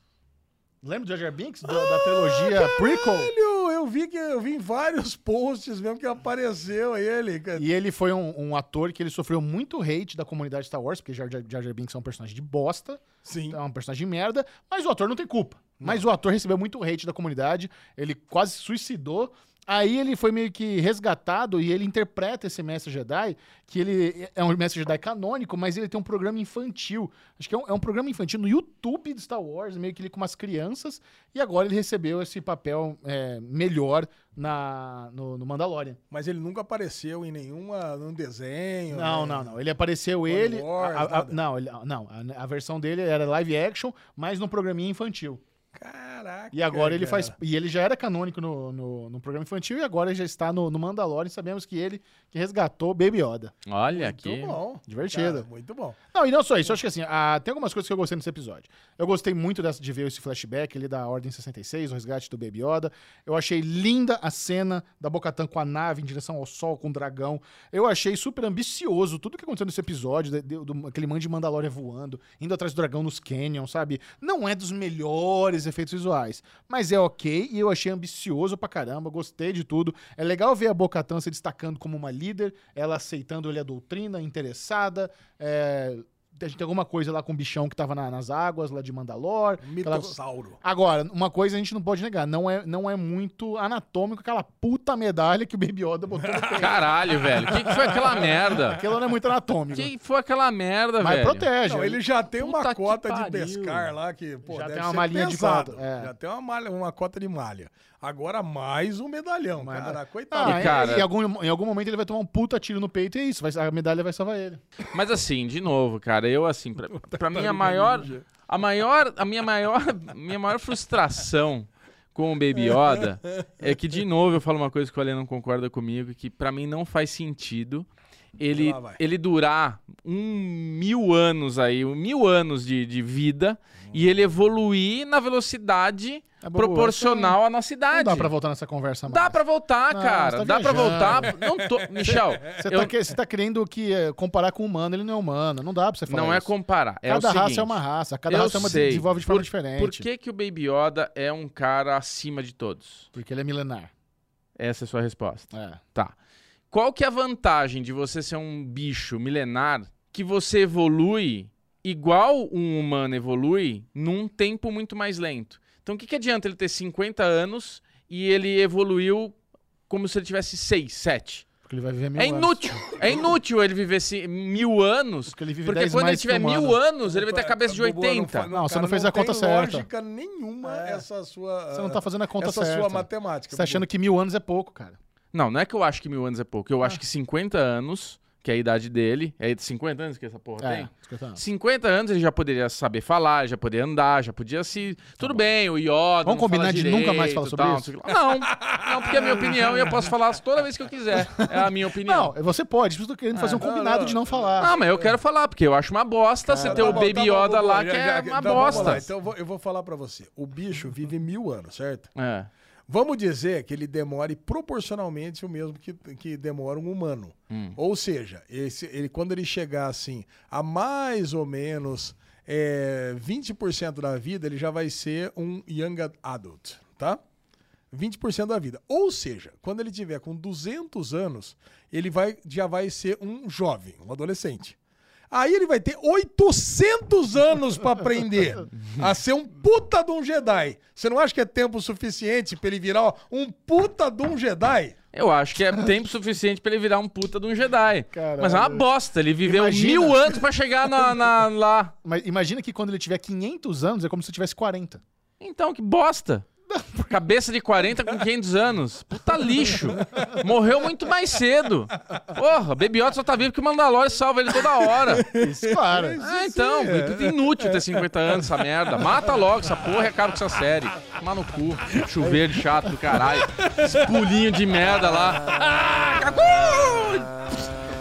D: Lembra do Jar Jar Binks? Do- da trilogia prequel?
A: Velho, eu vi que eu vi em vários posts mesmo que apareceu ele. cara.
D: E ele foi um, um ator que ele sofreu muito hate da comunidade Star Wars, porque Jar Jar, Jar Jar Binks é um personagem de bosta,
A: Sim.
D: é
B: Então.
D: um personagem de merda, mas o ator não tem culpa. Mas o ator recebeu muito hate da comunidade, ele quase se suicidou. Aí ele foi meio que resgatado e ele interpreta esse Mestre Jedi, que ele é um Mestre Jedi canônico, mas ele tem um programa infantil. Acho que é um, é um programa infantil no YouTube de Star Wars, meio que ele com umas crianças, e agora ele recebeu esse papel é, melhor na, no- no Mandalorian.
A: Mas ele nunca apareceu em nenhuma, num desenho.
D: Não,
A: né?
D: não, não. Ele apareceu
A: Clone
D: ele.
A: Wars,
D: a- a-
A: nada.
D: não, ele- não. A, a versão dele era live action, mas num programinha infantil.
A: Caraca.
D: E agora ele
A: cara.
D: faz. E ele já era canônico no, no, no programa infantil e agora ele já está no, no Mandalorian. Sabemos que ele que resgatou Baby Yoda.
B: Olha aqui.
A: Muito bom.
D: Divertido.
A: Cara, muito bom.
D: Não, e não só isso. Eu acho que assim, ah, tem algumas coisas que eu gostei nesse episódio. Eu gostei muito dessa, de ver esse flashback ali da Ordem 66, o resgate do Baby Yoda. Eu achei linda a cena da Bocatan com a nave em direção ao sol, com o dragão. Eu achei super ambicioso tudo que aconteceu nesse episódio, de- de- do- aquele man de Mandalória voando, indo atrás do dragão nos canyons, sabe? Não é dos melhores efeitos visuais, mas é ok e eu achei ambicioso pra caramba, gostei de tudo. É legal ver a Bocatan se destacando como uma líder, ela aceitando ali a doutrina, interessada, é, a gente tem alguma coisa lá com o bichão que tava na- nas águas lá de Mandalor. aquela-
A: Mitossauro.
D: Agora, uma coisa a gente não pode negar, não é, não é muito anatômico aquela puta medalha que o Baby Yoda botou no peito.
B: Caralho, velho. O que, que foi aquela merda?
D: Aquilo não é muito
B: O
D: anatômico.
B: que foi aquela merda,
D: Mas
B: velho?
D: protege.
A: Não,
D: ele...
A: ele já tem
B: Puta
A: uma
B: que
A: cota de
B: pariu.
A: pescar lá que, pô,
D: Já
A: deve
D: tem uma
A: ser
D: malinha de
A: pesado.
D: cota, é.
A: Já tem uma, malha, uma cota de malha. Agora mais um medalhão,
D: Mas-
A: cara. Coitado.
D: Ah,
B: E,
D: é-
B: cara-
D: em, algum, em algum momento ele vai tomar um puta tiro no peito e é isso, vai- a medalha vai salvar ele.
B: Mas assim, de novo, cara, eu assim, pra, pra mim a maior. A maior. A minha maior. a minha maior frustração com o Baby Yoda é que, de novo, eu falo uma coisa que o Ale não concorda comigo, que pra mim não faz sentido ele,
A: Lá vai.
B: ele durar um mil anos aí, um mil anos de, de vida, e ele evoluir na velocidade
D: É, Bubu,
B: proporcional à nossa idade.
D: Não dá pra voltar nessa conversa mais.
B: Dá pra voltar,
D: Não,
B: cara.
D: você tá
B: dá pra
D: viajando.
B: voltar. Não tô... Michel,
D: Você
B: eu-
D: tá, que- você tá querendo que é, comparar com o humano, ele não é humano. Não dá pra você falar
B: não é
D: isso.
B: comparar. É
D: Cada
B: o
D: raça
B: seguinte,
D: é uma raça, cada
B: eu
D: raça é uma,
B: sei.
D: desenvolve de forma diferente.
B: Por que, que o Baby Yoda é um cara acima de todos?
D: Porque ele é milenar.
B: Essa é a sua resposta.
D: É.
B: Tá. Qual que é a vantagem de você ser um bicho milenar que você evolui igual um humano evolui num tempo muito mais lento? Então o que, que adianta ele ter 50 anos e ele evoluiu como se ele tivesse 6, 7?
D: Porque ele vai viver mil
B: É
D: anos.
B: inútil. É inútil ele viver ci- mil anos.
D: Porque ele vive
B: Porque
D: 10
B: quando ele
D: mais
B: tiver
D: que um
B: mil
D: ano.
B: anos, ele vai ter a cabeça de
A: Bubu, não fa-
B: 80.
D: Não, você
A: cara,
D: não fez a conta
A: tem
D: certa.
A: lógica nenhuma
D: É.
A: essa sua...
D: Você não tá fazendo a conta
A: essa
D: certa.
A: sua matemática.
D: Você tá achando que mil anos é pouco, cara.
B: Não, não é que eu acho que mil anos é pouco.
D: Ah.
B: Eu acho que 50 anos, que é a idade dele, é de 50 anos que essa porra
D: É,
B: tem.
D: 50 anos.
B: 50 anos ele já poderia saber falar, já poderia andar, já podia se. Tudo bem, o Yoda.
D: Tá Vamos
B: não fala
D: combinar de
B: direito,
D: nunca mais falar sobre
B: tal,
D: isso?
B: Não, sei o que lá. não, não, porque é a minha opinião e eu posso falar toda vez que eu quiser. É a minha opinião.
D: Não, você pode. Vocês estão querendo fazer um
A: Não,
D: combinado
A: não.
D: de não falar.
B: Ah, mas eu quero falar, porque eu acho uma bosta você
D: É.
A: Tá
B: ter o
A: bom, tá
B: Baby
A: bom,
B: Yoda
A: Bubu, já-
B: lá, que
D: tá
A: já-
B: é uma
A: então vamos lá.
B: bosta.
A: Então eu vou- eu vou falar pra você. O bicho vive mil anos, certo?
B: É.
A: Vamos dizer que ele demore proporcionalmente o mesmo que, que demora um humano. Ou seja, esse- ele, quando ele chegar assim a mais ou menos é, 20% da vida, ele já vai ser um young adult, tá? 20% da vida. Ou seja, quando ele tiver com 200 anos, ele vai, já vai ser um jovem, um adolescente. Aí ele vai ter 800 anos pra aprender a ser um puta de um Jedi. Você não acha que é tempo suficiente pra ele virar um puta de um Jedi?
B: Eu acho que é tempo suficiente pra ele virar um puta de um Jedi.
D: Caralho.
B: Mas é uma bosta, ele viveu
D: Imagina.
B: mil anos pra chegar na, na- lá.
D: Mas imagina que quando ele tiver 500 anos, é como se tivesse 40.
B: Então, que bosta. Cabeça de 40 com 500 anos. Puta lixo. Morreu muito mais cedo. Porra, Baby Yoda só tá vivo porque o Mandalorian salva ele toda hora.
D: Isso, claro.
B: Ah, então, é inútil ter 50 anos essa merda. Mata logo, essa porra é caro com essa série. Tomar no cu. Chuveiro chato do caralho. Esse pulinho de merda lá. Ah, cagou!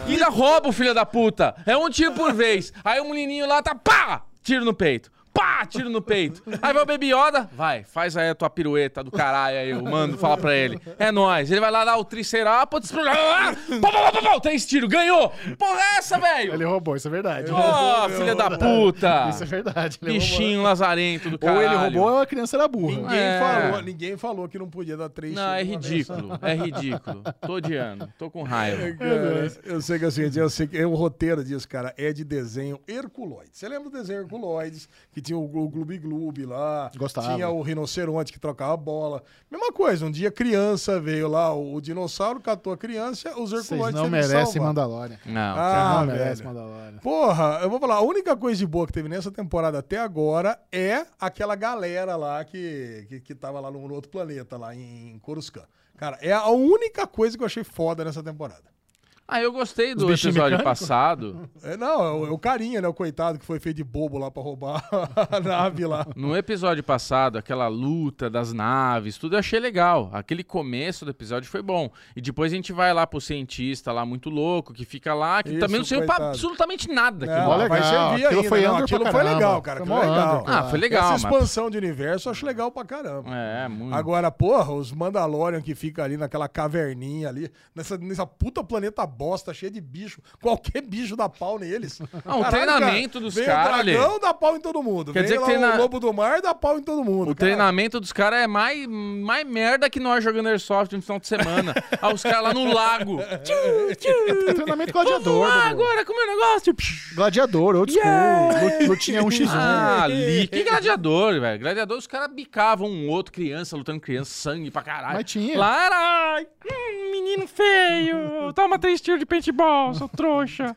B: E ainda rouba o filho da puta. É um tiro por vez. Aí o menininho lá tá pá! Tiro no peito. Pá! Tiro no peito. Aí vai o Baby Yoda. Vai, faz aí a tua pirueta do caralho aí. O mando fala pra ele. É nóis. Ele vai lá dar o triceratops. Ah, pau, pau, pau, pau, pau, Três tiros. Ganhou. Porra é essa, velho?
D: Ele roubou, isso é verdade.
B: Ó, Ah, filha da puta!
D: Isso é verdade. ele roubou.
B: Bichinho lazarento do caralho.
D: Ou ele roubou é ou a criança era burra.
A: Ninguém,
B: É.
A: falou, ninguém falou que não podia dar três
B: Não, é
A: tiros de uma vez só.
B: ridículo. É ridículo. Tô odiando. Tô com raiva.
A: Cara, eu sei que é o seguinte, eu sei que é o roteiro disso, cara, é de desenho Herculoides. Você lembra do desenho Herculoides? Que tinha o Gloob Gloob lá.
D: Gostava.
A: Tinha o rinoceronte que trocava bola. Mesma coisa, um dia criança veio lá, o, o dinossauro catou a criança, os
D: Vocês
A: Herculoides
D: não
A: teve que
D: merecem
A: salvar.
D: Mandalorian.
B: Não.
A: Ah,
D: não merece
A: velho.
D: Mandalorian.
A: Porra, eu vou falar, a única coisa de boa que teve nessa temporada até agora é aquela galera lá que, que, que tava lá no outro planeta, lá em Coruscant. Cara, é a única coisa que eu achei foda nessa temporada.
B: Ah, eu gostei do
D: Os bichinhos
B: episódio
D: mecânicos?
B: passado.
A: É, não, é o, é o carinha, né? O coitado que foi feito de bobo lá pra roubar a nave lá.
B: No episódio passado, aquela luta das naves, tudo eu achei legal. Aquele começo do episódio foi bom. E depois a gente vai lá pro cientista lá muito louco, que fica lá, que
A: Isso,
B: também não saiu pra
A: coitado.
B: absolutamente nada.
A: Não,
B: aquilo lá.
D: É,
A: Né,
D: legal,
A: vai servir
D: aquilo
A: ainda,
D: foi
A: não,
D: under
A: aquilo
D: pra
A: foi
D: caramba.
A: legal, cara.
D: Foi
A: Aquilo
D: mó
A: é legal.
D: under, cara.
B: Ah, foi legal,
A: Essa
B: mas...
A: expansão de universo eu acho legal pra caramba.
B: É, muito.
A: Agora, porra, os Mandalorian que fica ali naquela caverninha ali, nessa, nessa puta planeta bosta, cheia de bicho. Qualquer bicho dá pau neles.
B: Ah, o
A: Caralho,
B: treinamento dos
A: vem
B: caras
A: O
B: ali.
A: dragão dá pau em todo mundo.
B: Quer
A: Vem
B: dizer que
A: lá
B: treina-
A: o lobo do mar dá pau em todo mundo.
B: O treinamento dos caras é mais, mais merda que nós jogando Airsoft no final de semana. Aí os caras lá no lago. Tchiu,
D: É
B: tchiu.
D: treinamento
B: Vamos
D: gladiador.
B: lá
D: Dudu.
B: agora com o meu negócio. Psh.
D: Gladiador, old school.
B: Yeah!
D: Lu- um Lutinha 1x1.
B: Ah, ali. Que gladiador, velho. Gladiador, os caras bicavam um outro, criança, lutando criança, sangue pra caralho.
D: Mas tinha.
B: Lá era. ai, hum, menino feio. Toma três tiros de paintball, sou trouxa.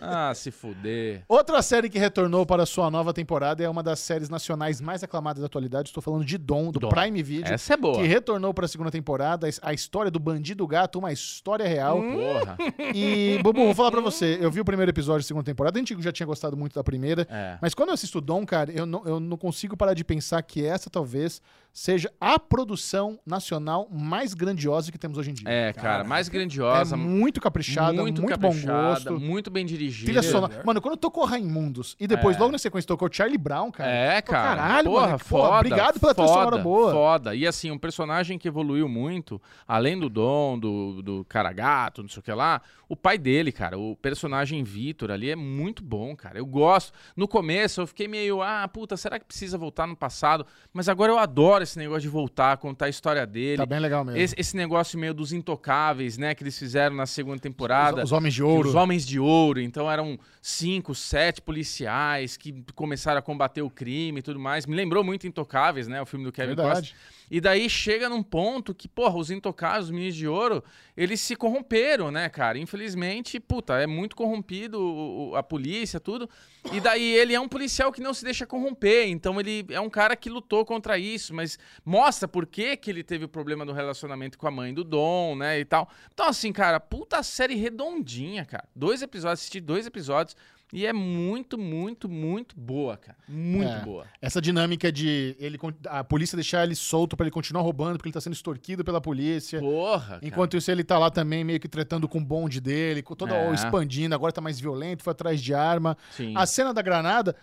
B: Ah, se fuder.
D: Outra série que retornou para sua nova temporada é uma das séries nacionais mais aclamadas da atualidade. Estou falando de Dom, do
B: Dom.
D: Prime Video.
B: Essa é boa.
D: Que retornou para a segunda temporada, a história do Bandido Gato, uma história real.
B: Porra.
D: E, Bubu, vou
B: Hum.
D: falar pra você, eu vi o primeiro episódio da segunda temporada, a gente já tinha gostado muito da primeira,
B: É.
D: mas quando eu assisto Dom, cara, eu não, eu não consigo parar de pensar que essa talvez seja a produção nacional mais grandiosa que temos hoje em dia.
B: É, cara, mais grandiosa,
D: É muito caprichada, muito, bom gosto.
B: muito bem dirigida.
D: Trilha sonora. Mano, quando tocou Raimundos e depois,
B: É.
D: logo na sequência, tocou Charlie Brown, cara.
B: É,
D: Pô,
B: cara.
D: Caralho,
B: porra,
D: mano. Pô,
B: foda.
D: obrigado pela trilha
B: foda,
D: sonora boa.
B: Foda. E assim, um personagem que evoluiu muito, além do Dom, do, do cara gato, não sei o que lá, o pai dele, cara, o personagem Vitor ali é muito bom, cara. Eu gosto. No começo eu fiquei meio, ah, puta, será que precisa voltar no passado? Mas agora eu adoro esse negócio de voltar, contar a história dele.
D: Tá bem legal mesmo.
B: esse, esse negócio meio dos intocáveis, né, que eles fizeram na segunda temporada.
D: os, os Homens de
B: Que
D: Ouro.
B: Os Homens de Ouro. Então eram cinco, sete policiais que começaram a combater o crime e tudo mais. Me lembrou muito Intocáveis, né? O filme do Kevin
D: Verdade.
B: Costner. E daí chega num ponto que, porra, os Intocáveis, os Meninos de Ouro, eles se corromperam, né, cara? Infelizmente, puta, é muito corrompido o- o- a polícia, tudo. E daí ele é um policial que não se deixa corromper. Então ele é um cara que lutou contra isso, mas mostra por que, que ele teve o problema do relacionamento com a mãe do Dom, né, e tal. Então, assim, cara, puta série redondinha, cara. Dois episódios, assisti dois episódios e é muito, muito, muito boa, cara. Muito
D: É.
B: boa.
D: Essa dinâmica de ele con- a polícia deixar ele solto pra ele continuar roubando, porque ele tá sendo extorquido pela polícia.
B: Porra, cara.
D: Enquanto isso, ele tá lá também meio que tretando com o bonde dele, com toda
B: É.
D: expandindo, agora tá mais violento, foi atrás de arma.
B: Sim.
D: A cena da granada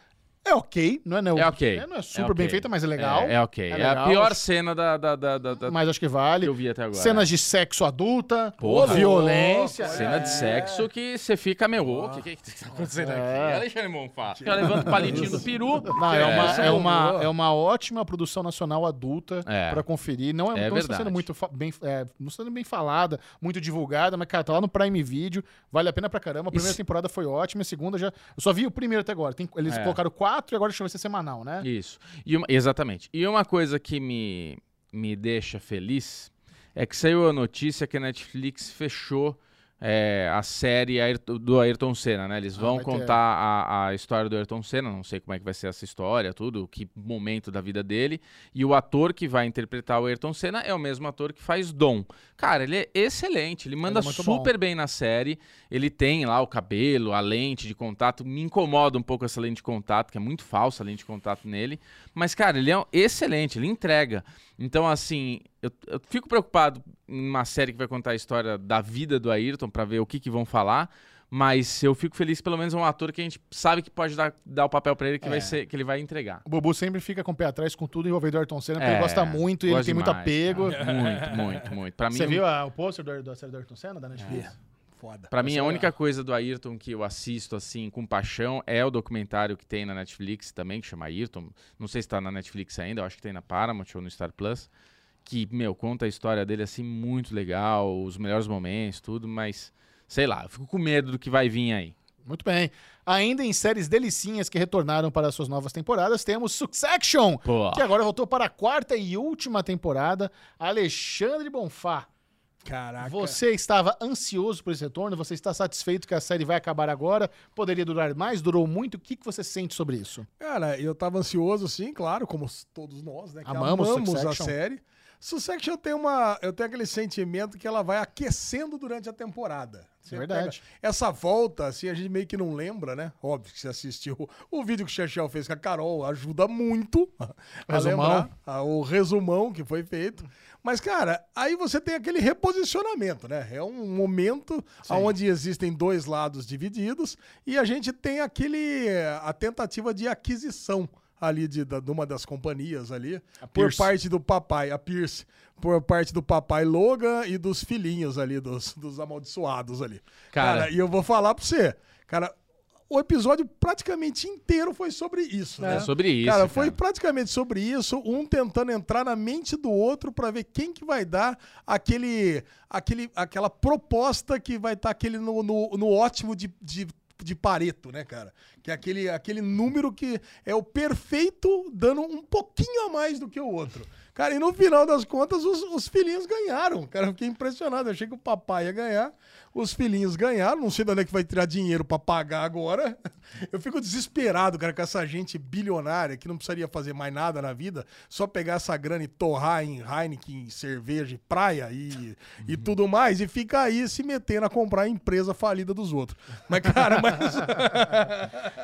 D: É ok, não é? Não
B: É ok.
D: não é super
B: É ok.
D: bem feita, mas é legal.
B: É, é ok.
D: É
B: É, a
D: legal.
B: pior cena da, da, da, da- da-
D: Mas acho que
B: que
D: vale.
B: eu vi até agora.
D: Cenas de sexo adulta,
B: Porra.
D: violência.
B: Cena de sexo que você fica meio. O que, que, que tá acontecendo aqui?
D: É.
B: É. É. Alexandre Bonfá. Ela levanta o palitinho do peru.
D: Não, é, uma,
A: isso
D: é,
A: é
D: uma,
A: boa.
D: é uma ótima produção nacional adulta
B: É.
D: pra conferir. Não, é,
B: É
D: não está sendo
B: verdade.
D: muito fa- bem, é, não está sendo bem falada, muito divulgada, mas, cara, tá lá no Prime Video, vale a pena pra caramba. A primeira
B: Isso.
D: temporada foi ótima, a segunda já. Eu só vi o primeiro até agora. Tem- eles
B: É.
D: colocaram quatro e agora deixa eu ver se é semanal, né?
B: Isso. E uma- exatamente. E uma coisa que me, me deixa feliz é que saiu a notícia que a Netflix fechou é, a série Ayrton- do Ayrton Senna, né? Eles
D: Ah,
B: vão
D: vai ter.
B: contar a, a história do Ayrton Senna, não sei como é que vai ser essa história, tudo, que momento da vida dele. E o ator que vai interpretar o Ayrton Senna é o mesmo ator que faz Dom. Cara, ele é excelente, ele manda
D: é muito bom.
B: super bem na série. Ele tem lá o cabelo, a lente de contato. Me incomoda um pouco essa lente de contato, que é muito falsa a lente de contato nele. Mas, cara, ele é um- excelente, ele entrega. Então, assim, eu, eu fico preocupado em uma série que vai contar a história da vida do Ayrton pra ver o que, que vão falar. Mas eu fico feliz, que pelo menos é um ator que a gente sabe que pode dar, dar o papel pra ele
D: É.
B: que, vai ser, que ele vai entregar.
D: O Bubu sempre fica com o pé atrás com tudo envolvido do Ayrton Senna, porque
B: É,
D: ele gosta muito e ele
B: gosto
D: tem muito
B: demais,
D: apego.
B: cara. Muito, muito, muito. Pra mim, um
D: Você viu a- o pôster do- da série do Ayrton Senna, da Netflix?
A: Foda.
B: Pra mim, é a única coisa do Ayrton que eu assisto, assim, com paixão, é o documentário que tem na Netflix também, que chama Ayrton. Não sei se tá na Netflix ainda, eu acho que tem na Paramount ou no Star Plus. Que, meu, conta a história dele, assim, muito legal, os melhores momentos, tudo, mas... Sei lá, eu fico com medo do que vai vir aí.
D: Muito bem. Ainda em séries delicinhas que retornaram para suas novas temporadas, temos Succession,
B: Pô,
D: que agora voltou para a quarta e última temporada. Alexandre Bonfá,
A: é- Caraca.
D: você estava ansioso por esse retorno? Você está satisfeito que a série vai acabar agora? Poderia durar mais? Durou muito? O que, que você sente sobre isso?
A: Cara, eu tava ansioso, sim, claro, como s- todos nós, né? Que
D: Amamos
A: amamos, a
D: Succession.
A: série. Succession tem uma. Eu tenho aquele sentimento que ela vai aquecendo durante a temporada. Você
D: É verdade.
A: pega Essa volta, assim, a gente meio que não lembra, né? Óbvio que você assistiu o vídeo que o Chechel fez com a Carol, ajuda muito a
D: Resumão.
A: lembrar a- o resumão que foi feito. Mas, cara, aí você tem aquele reposicionamento, né? É um momento onde existem dois lados divididos e a gente tem aquele a tentativa de aquisição ali de, da- de uma das companhias ali por
D: Pierce.
A: parte do papai, a Pierce, por parte do papai Logan e dos filhinhos ali, dos, dos amaldiçoados ali.
B: Cara.
A: e eu vou falar pra você, cara, o episódio praticamente inteiro foi sobre isso,
B: é
A: né?
B: sobre isso,
A: Cara, foi praticamente sobre isso, um tentando entrar na mente do outro pra ver quem que vai dar aquele, aquele, aquela proposta que vai estar aquele no, no, no ótimo de, de, de Pareto, né, cara? Que é aquele, aquele número que é o perfeito dando um pouquinho a mais do que o outro. Cara, e no final das contas, os, os filhinhos ganharam. Cara, eu fiquei impressionado. Eu achei que o papai ia ganhar. Os filhinhos ganharam. Não sei de onde é que vai tirar dinheiro pra pagar agora. Eu fico desesperado, cara, com essa gente bilionária que não precisaria fazer mais nada na vida. Só pegar essa grana e torrar em Heineken, em cerveja, e praia e,
B: Uhum.
A: e tudo mais. E fica aí se metendo a comprar a empresa falida dos outros. Mas, cara, mas...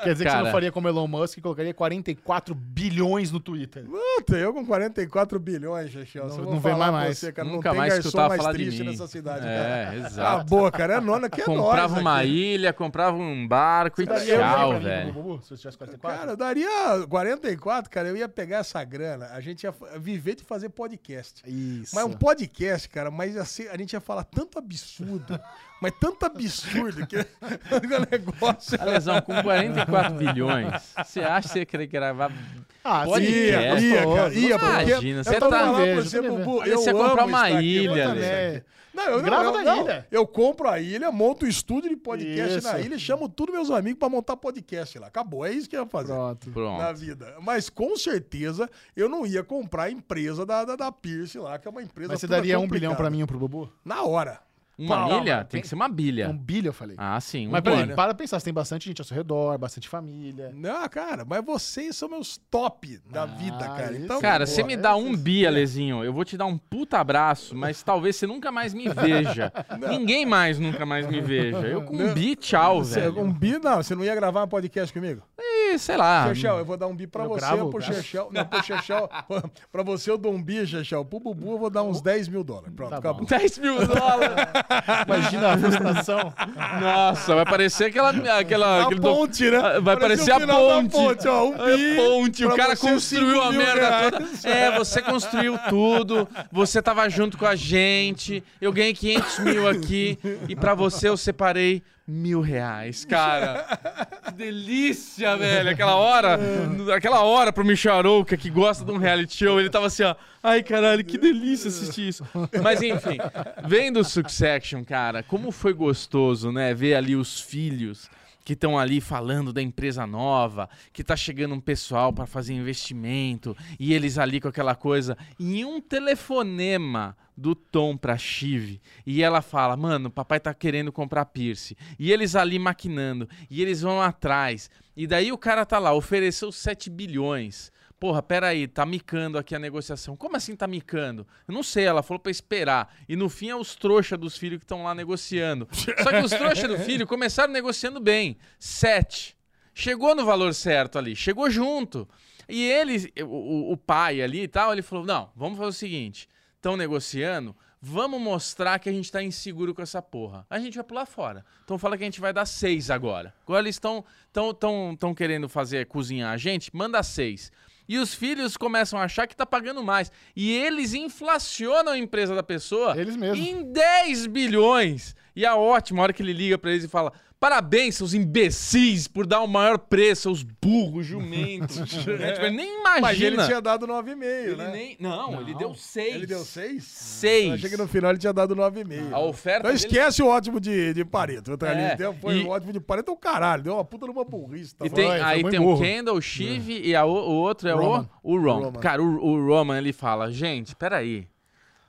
D: Quer dizer que você não
B: Cara.
D: faria como Elon Musk e colocaria 44 bilhões no Twitter.
A: Puta, eu com 44 bilhões, Chechel.
D: Não-
A: Não,
D: não
A: vou
D: vê
A: falar pra
D: mais mais.
A: você, cara.
B: Nunca
A: não tem
B: mais
A: garçom
B: escutava
A: mais
B: falar de
A: triste
B: mim.
A: nessa cidade, cara.
B: É,
A: Cala a
B: exato.
A: boca, cara. É nona que é
B: comprava
A: nós
B: uma
A: aqui.
B: ilha, comprava um barco e
D: Daria pra
B: tchau,
D: mim,
B: velho.
D: Bubu, se eu tivesse 44?
A: Cara, eu daria 44, cara. Eu ia pegar essa grana, a gente ia fa- viver de fazer podcast.
D: Isso.
A: Mas um podcast, cara, mas ia ser- a gente ia falar tanto absurdo, mas tanto absurdo que o negócio.
B: Alesão, com 44 bilhões, você acha que você ia querer gravar
D: Ah,
B: Pode
D: sim,
B: ir,
D: é
A: ia, ia,
D: gostoso.
A: cara, ia, porque
B: Imagina,
A: eu
B: você
A: tô
B: tá-
A: falando pra
D: Vejo,
A: você,
D: tô
A: Bubu,
B: Olha,
A: eu
B: você ia comprar
A: amo
B: uma
A: estar aqui.
B: ilha,
A: Eu
B: Ale.
D: né?
A: também. Não, eu não,
D: Grava
A: eu,
D: na
A: não.
D: ilha.
A: Eu compro a ilha, monto o estúdio de podcast
D: Isso.
A: na ilha, e chamo todos meus amigos pra montar podcast lá. Acabou, é isso que eu ia fazer.
D: Pronto.
B: Pronto.
A: na vida. Mas com certeza eu não ia comprar a empresa da, da, da Pierce lá, que é uma empresa.
D: Mas você
A: toda
D: daria um
A: complicada.
D: bilhão pra mim ou pro Bubu?
A: Na hora.
B: Uma
D: Calma,
B: milha?
D: tem-
B: Tem, que ser uma bilha.
D: Um bilhão, eu falei.
B: É. Ah, sim. Um
D: Mas
B: bilhão.
D: peraí, para pensar, você tem bastante gente ao seu redor, bastante família.
A: Não, cara, mas vocês são meus top da
D: Ah,
A: vida, cara.
D: isso.
A: Então,
B: Cara,
A: pô,
B: você me dá um bi, Alezinho, eu vou te dar um puta abraço, mas talvez você nunca mais me veja. Ninguém mais nunca mais me veja. Eu com um bi, tchau,
A: você-
D: É
B: velho.
A: Um bi, não, você não ia gravar um podcast comigo?
B: Ih, que, sei lá.
A: Chechel, eu vou dar um bi pra
D: Ah, Eu
A: você,
D: gravo,
A: pro
D: gravo.
A: Chechel. Não, pro Chechel. pra você eu dou um bi, Chechel. Pro Bubu eu vou dar uns 10 mil dólares. Pronto,
D: Tá bom.
A: acabou.
B: 10 mil dólares.
D: Imagina a frustração.
B: Nossa, vai parecer aquela. aquela
A: A
B: aquele do-
A: ponte, né?
B: Ah, Vai
A: Parecia
B: parecer
A: o
B: a
A: final da
B: ponte.
A: ponte, ó, um
B: É,
A: bi
B: ponte, o
A: pra
B: cara
A: você,
B: construiu
A: cinco
B: a
A: mil
B: merda toda.
A: reais.
B: É, você construiu tudo, você tava junto com a gente, eu ganhei 500 mil aqui e pra você eu separei mil reais, cara. Que delícia, velho. Aquela hora, aquela hora pro Micharouca que gosta de um reality show, ele tava assim, ó. Ai, caralho, que delícia assistir isso. Mas enfim, vendo o Succession, cara, como foi gostoso, né? Ver ali os filhos que estão ali falando da empresa nova, que tá chegando um pessoal para fazer investimento, e eles ali com aquela coisa. E um telefonema do Tom pra Chive, e ela fala: "Mano, papai tá querendo comprar Pierce". E eles ali maquinando, e eles vão atrás. E daí o cara tá lá, ofereceu 7 bilhões. Porra, peraí, tá micando aqui a negociação. Como assim tá micando? Eu não sei, ela falou pra esperar. E no fim é os trouxa dos filhos que estão lá negociando. Só que os trouxa do filho começaram negociando bem. Sete. Chegou no valor certo ali, chegou junto. E ele, o- o, o pai ali e tal, ele falou: não, vamos fazer o seguinte: estão negociando, vamos mostrar que a gente tá inseguro com essa porra. A gente vai pular fora. Então fala que a gente vai dar seis agora. Agora eles estão tão, tão, tão querendo fazer cozinhar a gente, manda seis. E os filhos começam a achar que tá pagando mais. E eles inflacionam a empresa da pessoa
D: Eles mesmos.
B: em 10 bilhões. E é a ótima hora que ele liga pra eles e fala: Parabéns, seus imbecis, por dar o maior preço, seus burros, jumentos. Né? Tipo, ele nem imagina.
A: Mas ele tinha dado
B: Ele
A: 9,5, né?
B: nem- não, ele deu 6.
A: Ele deu 6? Eu
B: 6.
A: achei que no final ele tinha dado 9,5.
B: A oferta
A: Então
B: dele-
A: esquece o ótimo de, de Pareto. Tá?
B: É,
A: Ele deu- Foi
B: e-
A: O ótimo de Pareto é um caralho. Deu uma puta numa burrice. Tá?
B: E tem,
D: Foi, foi
B: aí
D: muito
B: tem o
D: burro.
B: Kendall, o Shiv e a o, o outro é
D: Roman.
B: o, o Ron.
A: Roman.
B: Cara, o, o Roman ele fala: gente, peraí.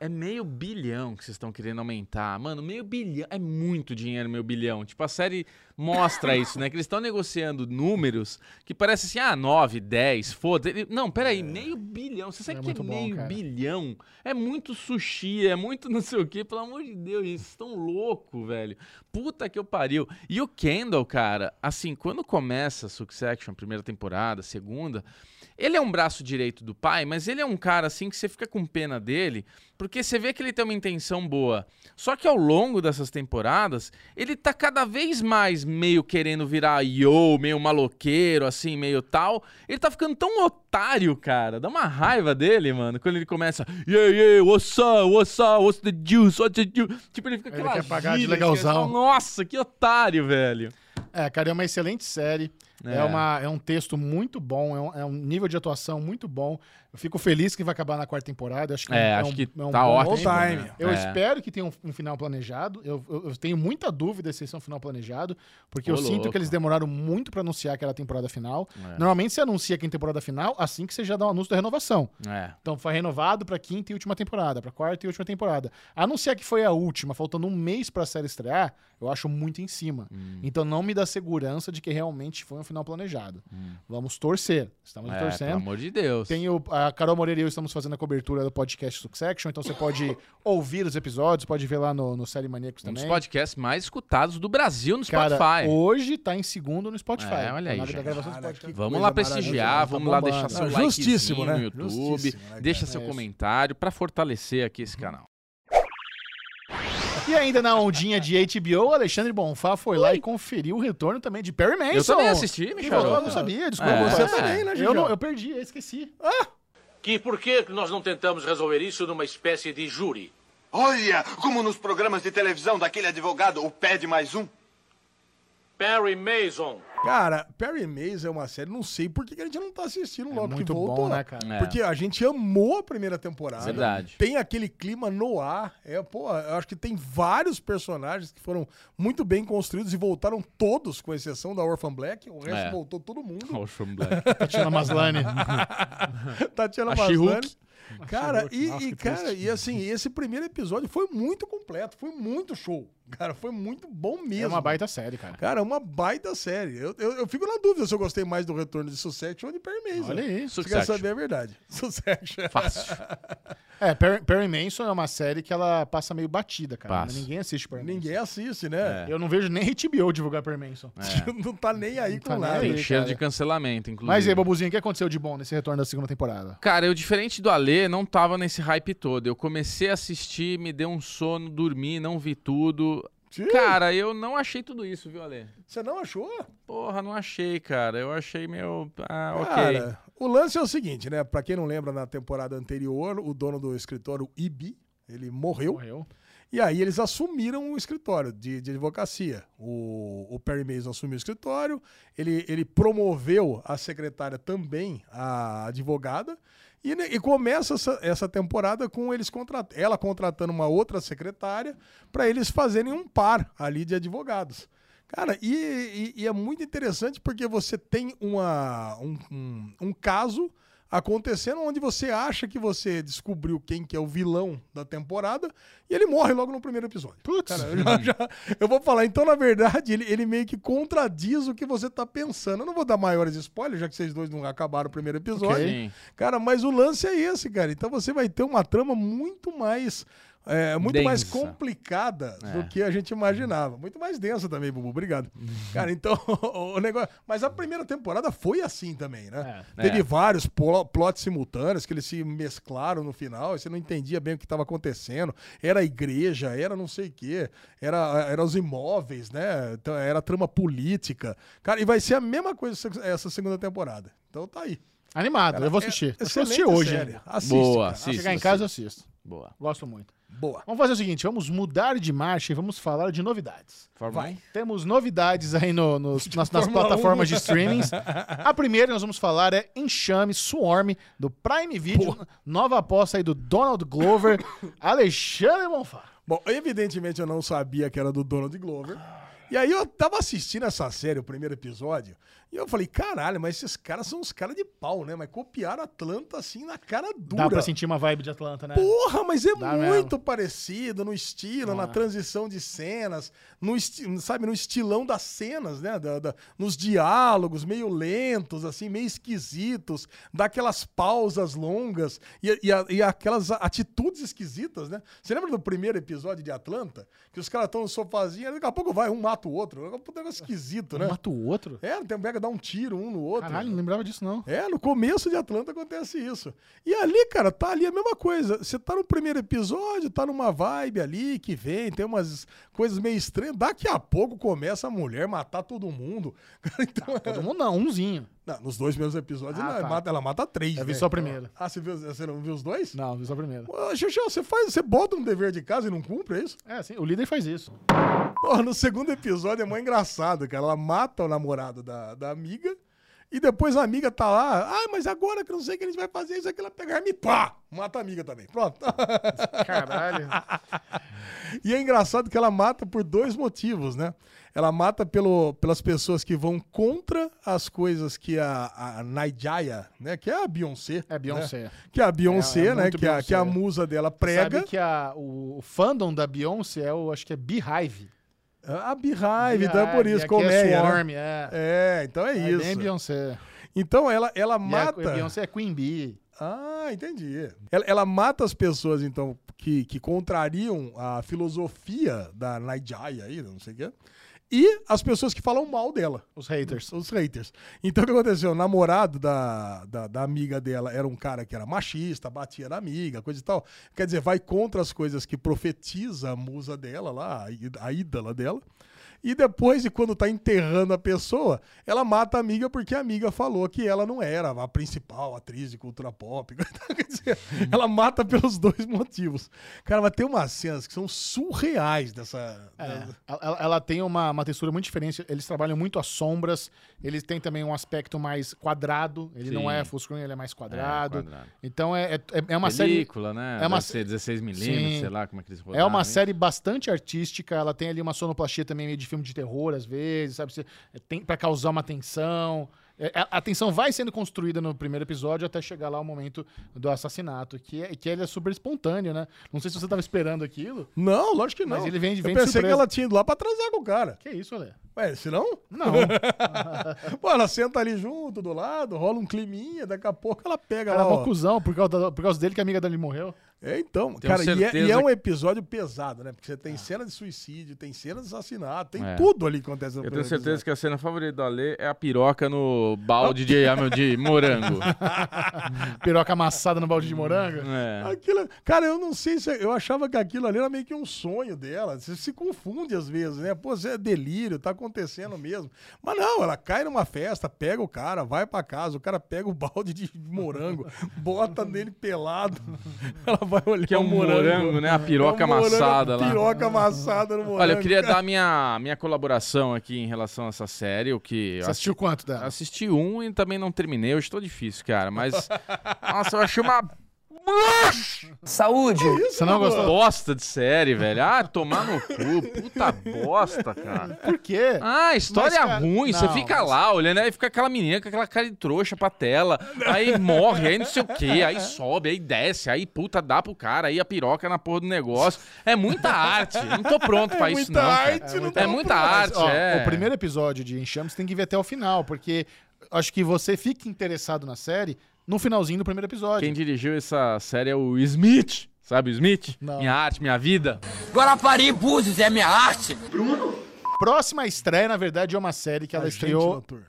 B: É meio bilhão que vocês estão querendo aumentar. Mano, meio bilhão. É muito dinheiro, meio bilhão. Tipo, a série mostra isso, né? Que eles estão negociando números que parece assim, ah, 9, 10, foda. Ele- Não, peraí, meio bilhão. Você sabe
D: É
B: que é
D: muito bom,
B: meio
D: cara.
B: bilhão? É muito sushi, é muito não sei o quê. Pelo amor de Deus, gente, vocês estão loucos, velho. Puta que eu pariu. E o Kendall, cara, assim, quando começa Succession, primeira temporada, segunda, ele é um braço direito do pai, mas ele é um cara, assim, que você fica com pena dele, porque você vê que ele tem uma intenção boa. Só que ao longo dessas temporadas, ele tá cada vez mais meio querendo virar yo, meio maloqueiro, assim, meio tal. Ele tá ficando tão otário, cara. Dá uma raiva dele, mano, quando ele começa, yeah, yeah, what's up, what's up, what's the juice, what's the juice. Tipo, ele fica
D: Ele
B: aquela
D: quer pagar de
B: gíria, assim,
D: legalzão.
B: ele fala, Nossa, que otário, velho.
D: É, cara, é uma excelente série. É,
B: É.
D: uma, é um texto muito bom, é um, é um nível de atuação muito bom. Eu fico feliz que vai acabar na quarta temporada. Acho que
B: É,
D: um-
B: acho
D: um-
B: que
D: um
B: tá
D: bom
B: ótimo.
D: tempo.
A: time.
B: né?
D: Eu
B: É.
D: espero que tenha um, um final planejado. Eu, eu- eu tenho muita dúvida se esse é um final planejado, porque
B: Ô,
D: eu sinto
B: louco.
D: que eles demoraram muito pra anunciar aquela temporada final.
B: É.
D: Normalmente você anuncia que em temporada final assim que você já dá o anúncio da renovação.
B: É.
D: Então foi renovado pra quinta e última temporada, pra quarta e última temporada. Anunciar que foi a última, faltando um mês pra série estrear, eu acho muito em cima.
B: Hum.
D: Então não me dá segurança de que realmente foi um final planejado. Vamos torcer. Estamos
B: Hum. É, pelo
D: torcendo.
B: amor de Deus.
D: Tem o, a Carol Moreira e eu estamos fazendo a cobertura do podcast Succession, então você pode ouvir os episódios, pode ver lá no, no Série Maníacos
B: Um dos
D: também.
B: podcasts mais escutados do Brasil no
D: Cara,
B: Spotify.
D: hoje tá em segundo no Spotify.
B: É, olha aí,
D: Na hora da
B: gente.
D: gravação do
A: Caraca,
D: podcast.
B: Vamos
A: coisa
B: lá prestigiar,
A: maravilhosa,
B: vamos
D: tá
B: lá
D: bombando.
B: deixar seu
A: Não, justíssimo,
B: likezinho
A: né?
B: no YouTube,
A: Justíssimo, né, cara?
B: deixa seu
D: É isso.
B: comentário pra fortalecer aqui esse canal.
D: E ainda na ondinha de HBO, Alexandre Bonfá foi lá e conferiu o retorno também de Perry Mason.
B: Eu também assisti,
D: Que
B: Michel.
D: voltou, Eu não sabia, desculpa.
B: É.
D: você
A: Você também, né,
D: Eu,
A: Gigi?
D: não, eu perdi, eu esqueci.
E: Que por que nós não tentamos resolver isso numa espécie de júri?
F: Olha, como nos programas de televisão daquele advogado, o pede mais um.
E: Perry Mason.
A: Cara, Perry Mays é uma série, não sei por que que a gente não tá assistindo
D: É
A: logo que
D: muito
A: voltou.
D: bom, né, cara?
B: É.
A: Porque a gente amou a primeira temporada.
B: Verdade.
A: Tem aquele clima no ar. É, pô, eu acho que tem vários personagens que foram muito bem construídos e voltaram todos, com exceção da Orphan Black. O resto
B: É.
A: voltou todo mundo.
D: um
B: Ocean Black.
D: Tatiana Maslany.
A: Tatiana
B: A
A: Maslany.
B: She-Hulk.
A: Cara,
D: She-Hulk,
A: e,
D: nossa,
A: e,
D: que
A: cara,
D: triste.
A: e assim, esse primeiro episódio foi muito completo, foi muito show. Cara, foi muito bom mesmo.
D: é uma baita série, cara.
A: Cara, é uma baita série. Eu, eu, eu fico na dúvida se eu gostei mais do retorno de Succession ou de Perry Mason.
D: Olha isso.
A: Você quer
B: Succession.
A: é. saber a verdade. Succession.
B: Fácil.
D: É, Perry, Perry Manson é uma série que ela passa meio batida, cara.
B: Passa.
D: Ninguém assiste Perry Manson.
A: Ninguém assiste, né?
D: Eu não vejo nem HBO divulgar Perry Manson.
A: Não tá nem aí com
D: tá nem
A: nada.
D: aí.
B: Tem cheiro de
D: cara.
B: cancelamento, inclusive.
D: Mas e aí, Bobuzinho, o que aconteceu de bom nesse retorno da segunda temporada?
B: Cara, eu, diferente do Alê, não tava nesse hype todo. Eu comecei a assistir, me deu um sono, dormi, não vi tudo.
A: Tio,
B: Cara, eu não achei tudo isso, viu, Alê?
A: Você não achou?
B: Porra, não achei, cara. Eu achei meio. Ah, ok.
A: Cara, o lance é o seguinte, né? Pra quem não lembra, na temporada anterior, o dono do escritório, o Ibi, ele morreu.
D: Morreu.
A: E aí eles assumiram o escritório de, de advocacia. O, o Perry Mason assumiu o escritório, ele, ele promoveu a secretária também, a advogada, e, ne- e começa essa, essa temporada com eles contrat, ela contratando uma outra secretária para eles fazerem um par ali de advogados. Cara, e, e- e é muito interessante porque você tem uma, um, um- um caso acontecendo onde você acha que você descobriu quem que é o vilão da temporada e ele morre logo no primeiro episódio. Putz! eu, já- já- eu vou falar. Então, na verdade, ele, ele meio que contradiz o que você tá pensando. Eu não vou dar maiores spoilers, já que vocês dois não acabaram o primeiro episódio.
B: Sim.
A: Cara, mas o lance é esse, cara. Então você vai ter uma trama muito mais. É, muito mais
B: Densa.
A: complicada
B: É.
A: do que a gente imaginava. Muito mais densa também, Bubu. Obrigado. Cara, então, o negócio. Mas a primeira temporada foi assim também, né?
B: É.
A: Teve
B: É.
A: vários plo- plots simultâneos que eles se mesclaram no final. e Você não entendia bem o que estava acontecendo. Era a igreja, era não sei o quê. Era, era os imóveis, né? Então, Era trama política. Cara, e vai ser a mesma coisa essa- essa segunda temporada. Então tá aí.
D: Animado, eu vou
A: É,
D: assistir. Eu vou
A: excelente
D: assistir hoje.
A: série.
D: ainda.
A: Assiste,
B: Boa,
A: cara.
B: assiste.
D: Chegar em casa, eu assisto.
B: Boa.
D: Gosto muito.
A: Boa.
D: Vamos fazer o seguinte, vamos mudar de marcha e vamos falar de novidades.
B: Vai.
D: Temos novidades aí no- nos- nas, nas
A: Fórmula um.
D: plataformas de streamings. A primeira que nós vamos falar é Enxame Swarm, do Prime Video. Nova aposta aí do Donald Glover, Alexandre Bonfá.
A: Bom, evidentemente eu não sabia que era do Donald Glover. E aí eu tava assistindo essa série, o primeiro episódio, e eu falei, caralho, mas esses caras são uns caras de pau, né? Mas copiaram Atlanta assim na cara dura.
D: Dá pra sentir uma vibe de Atlanta, né?
A: Porra, mas é
D: Dá Ah.
A: muito parecido no estilo, na transição de cenas, no esti- sabe, no estilão das cenas, né? Da- da- nos diálogos meio lentos, assim, meio esquisitos, daquelas pausas longas e, e a- e aquelas atitudes esquisitas, né? Você lembra do primeiro episódio de Atlanta? Que os caras estão no sofazinho, daqui a pouco vai, um mata o outro. É um negócio esquisito,
D: Um
A: né?
D: mata o outro?
A: É, tem um pega dar um tiro um no outro.
D: Caralho, não lembrava disso, não.
A: É, no começo de Atlanta acontece isso. E ali, cara, tá ali a mesma coisa. Você tá no primeiro episódio, tá numa vibe ali que vem, tem umas coisas meio estranhas. Daqui a pouco começa a mulher matar todo mundo. Cara, Então,
D: Tá, Todo mundo não, umzinho.
A: Não, nos dois primeiros episódios,
D: Ah,
A: ela,
D: tá.
A: mata, ela mata três.
D: Eu vi
A: né?
D: só o primeiro.
A: Ah, você, viu, você não viu os dois?
D: Não, vi só o primeiro.
A: Ô, Xuxa, você faz, você bota um dever de casa e não cumpre, é isso?
D: É, sim, o líder faz isso.
A: Porra, no segundo episódio é mó engraçado, cara. Ela mata o namorado da, da amiga e depois a amiga tá lá. Ah, mas agora que eu não sei o que a gente vai fazer, isso aqui ela pegar e pá! Mata a amiga também. Pronto.
D: Caralho.
A: e é engraçado que ela mata por dois motivos, né? Ela mata pelo, pelas pessoas que vão contra as coisas que a, a Naijaya, né? Que é a Beyoncé.
D: É Beyoncé.
A: Né? Que é a Beyoncé,
D: É, é
A: né?
D: muito
A: Que a,
D: Beyoncé.
A: que a musa dela prega.
D: Sabe que a, o, o fandom da Beyoncé é o, acho que é Beehive.
A: A Beehive, então é por isso,
D: como é
A: colmeia. né?
D: Swarm, é.
A: É, então é,
D: É
A: isso.
D: bem Beyoncé.
A: Então ela, ela
D: E a-
A: mata.
D: a Beyoncé é Queen Bee.
A: Ah, entendi. Ela, ela mata as pessoas, então, que, que contrariam a filosofia da Naijaya aí, não sei o quê. E as pessoas que falam mal dela,
D: Os haters.
A: os haters. Então o que aconteceu? O namorado da, da, da amiga dela era um cara que era machista, batia na amiga, coisa e tal. Quer dizer, vai contra as coisas que profetiza a musa dela lá, a í- a ídola dela. E depois, de quando tá enterrando a pessoa, ela mata a amiga porque a amiga falou que ela não era a principal atriz de cultura pop. Então, Quer dizer,
D: Uhum.
A: ela mata pelos dois motivos. Cara, mas tem umas cenas que são surreais dessa.
D: É. Ela, ela tem uma, uma textura muito diferente. Eles trabalham muito as sombras. Eles têm também um aspecto mais quadrado. Ele
B: Sim.
D: não é full screen, ele é mais quadrado.
B: quadrado.
D: Então é, é, é uma série.
B: Película, né?
D: é uma
B: Deve
D: sé-
B: ser 16 milímetros,
D: Sim.
B: sei lá como é que eles
D: É
B: rodaram,
D: uma
B: hein?
D: série bastante artística, ela tem ali uma sonoplastia também meio de filme de terror, às vezes, sabe? Você- é, Tem para causar uma tensão. É, A a tensão vai sendo construída no primeiro episódio até chegar lá o momento do assassinato, que, é, que ele é super espontâneo, né? Não sei se você tava esperando aquilo.
A: Não, lógico que não.
D: Mas ele vem de-
A: Eu
D: vem de
A: pensei que
D: surpresa.
A: ela tinha ido lá pra transar com o cara.
D: Que isso, Olê?
A: Ué, se não?
D: Não.
A: Pô, ela senta ali junto, do lado, rola um climinha, daqui a pouco ela pega
D: Cara, é
A: lá.
D: mó
B: é
A: Ó.
D: cuzão por causa, da- por causa dele que a amiga dele morreu.
A: É, então,
B: Tenho
A: cara, e é, e é
B: certeza
A: um episódio pesado, né? Porque você tem cena de suicídio, tem cena de assassinato, tem
B: É.
A: tudo ali que acontece no
B: Eu tenho certeza que a cena favorita do Ale é a piroca no balde de, ah, de morango.
D: Piroca amassada no balde de morango.
B: É.
A: Aquilo, cara, eu não sei se. Eu achava que aquilo ali era meio que um sonho dela. Você se confunde às vezes, né? Pô, você é delírio, tá acontecendo mesmo. Mas não, ela cai numa festa, pega o cara, vai pra casa, o cara pega o balde de morango, bota nele pelado. Ela vai olhar
B: Que é um
A: o tá morango,
B: morango, né? A piroca
A: É um morango,
B: amassada lá.
A: Piroca amassada no morango.
B: Olha, eu queria
A: cara.
B: dar minha, minha colaboração aqui em relação a essa série, o que eu
D: Você assistiu quanto dela?
B: assisti um e também não terminei, hoje tô difícil, cara, mas nossa, eu achei uma Nossa,
D: Você não gostou?
B: bosta de série, velho. Ah, tomar no cu, puta bosta, cara.
D: Por quê?
B: Ah, história
D: Mas, cara,
B: ruim, você
D: não,
B: fica
D: mas-
B: lá olhando, aí fica aquela menina com aquela cara de trouxa pra tela, aí morre, aí não sei o que, aí sobe, aí desce, aí puta dá pro cara, aí a piroca na porra do negócio. É muita arte, não tô pronto pra
A: É
B: isso
A: muita
B: não. cara.
A: arte, não
B: É
A: tô
B: muita
A: pronto.
B: arte,
D: Ó,
B: é.
D: O primeiro episódio de Enxames tem que ver até o final, porque acho que você fica interessado na série no finalzinho do primeiro episódio.
B: Quem dirigiu essa série é o Smith. Sabe o Smith?
D: Não.
B: Minha arte, minha vida.
G: Guarapari Búzios é minha arte.
D: Próxima estreia, na verdade, é uma série que ela
A: Agente
D: estreou,
A: Noturno.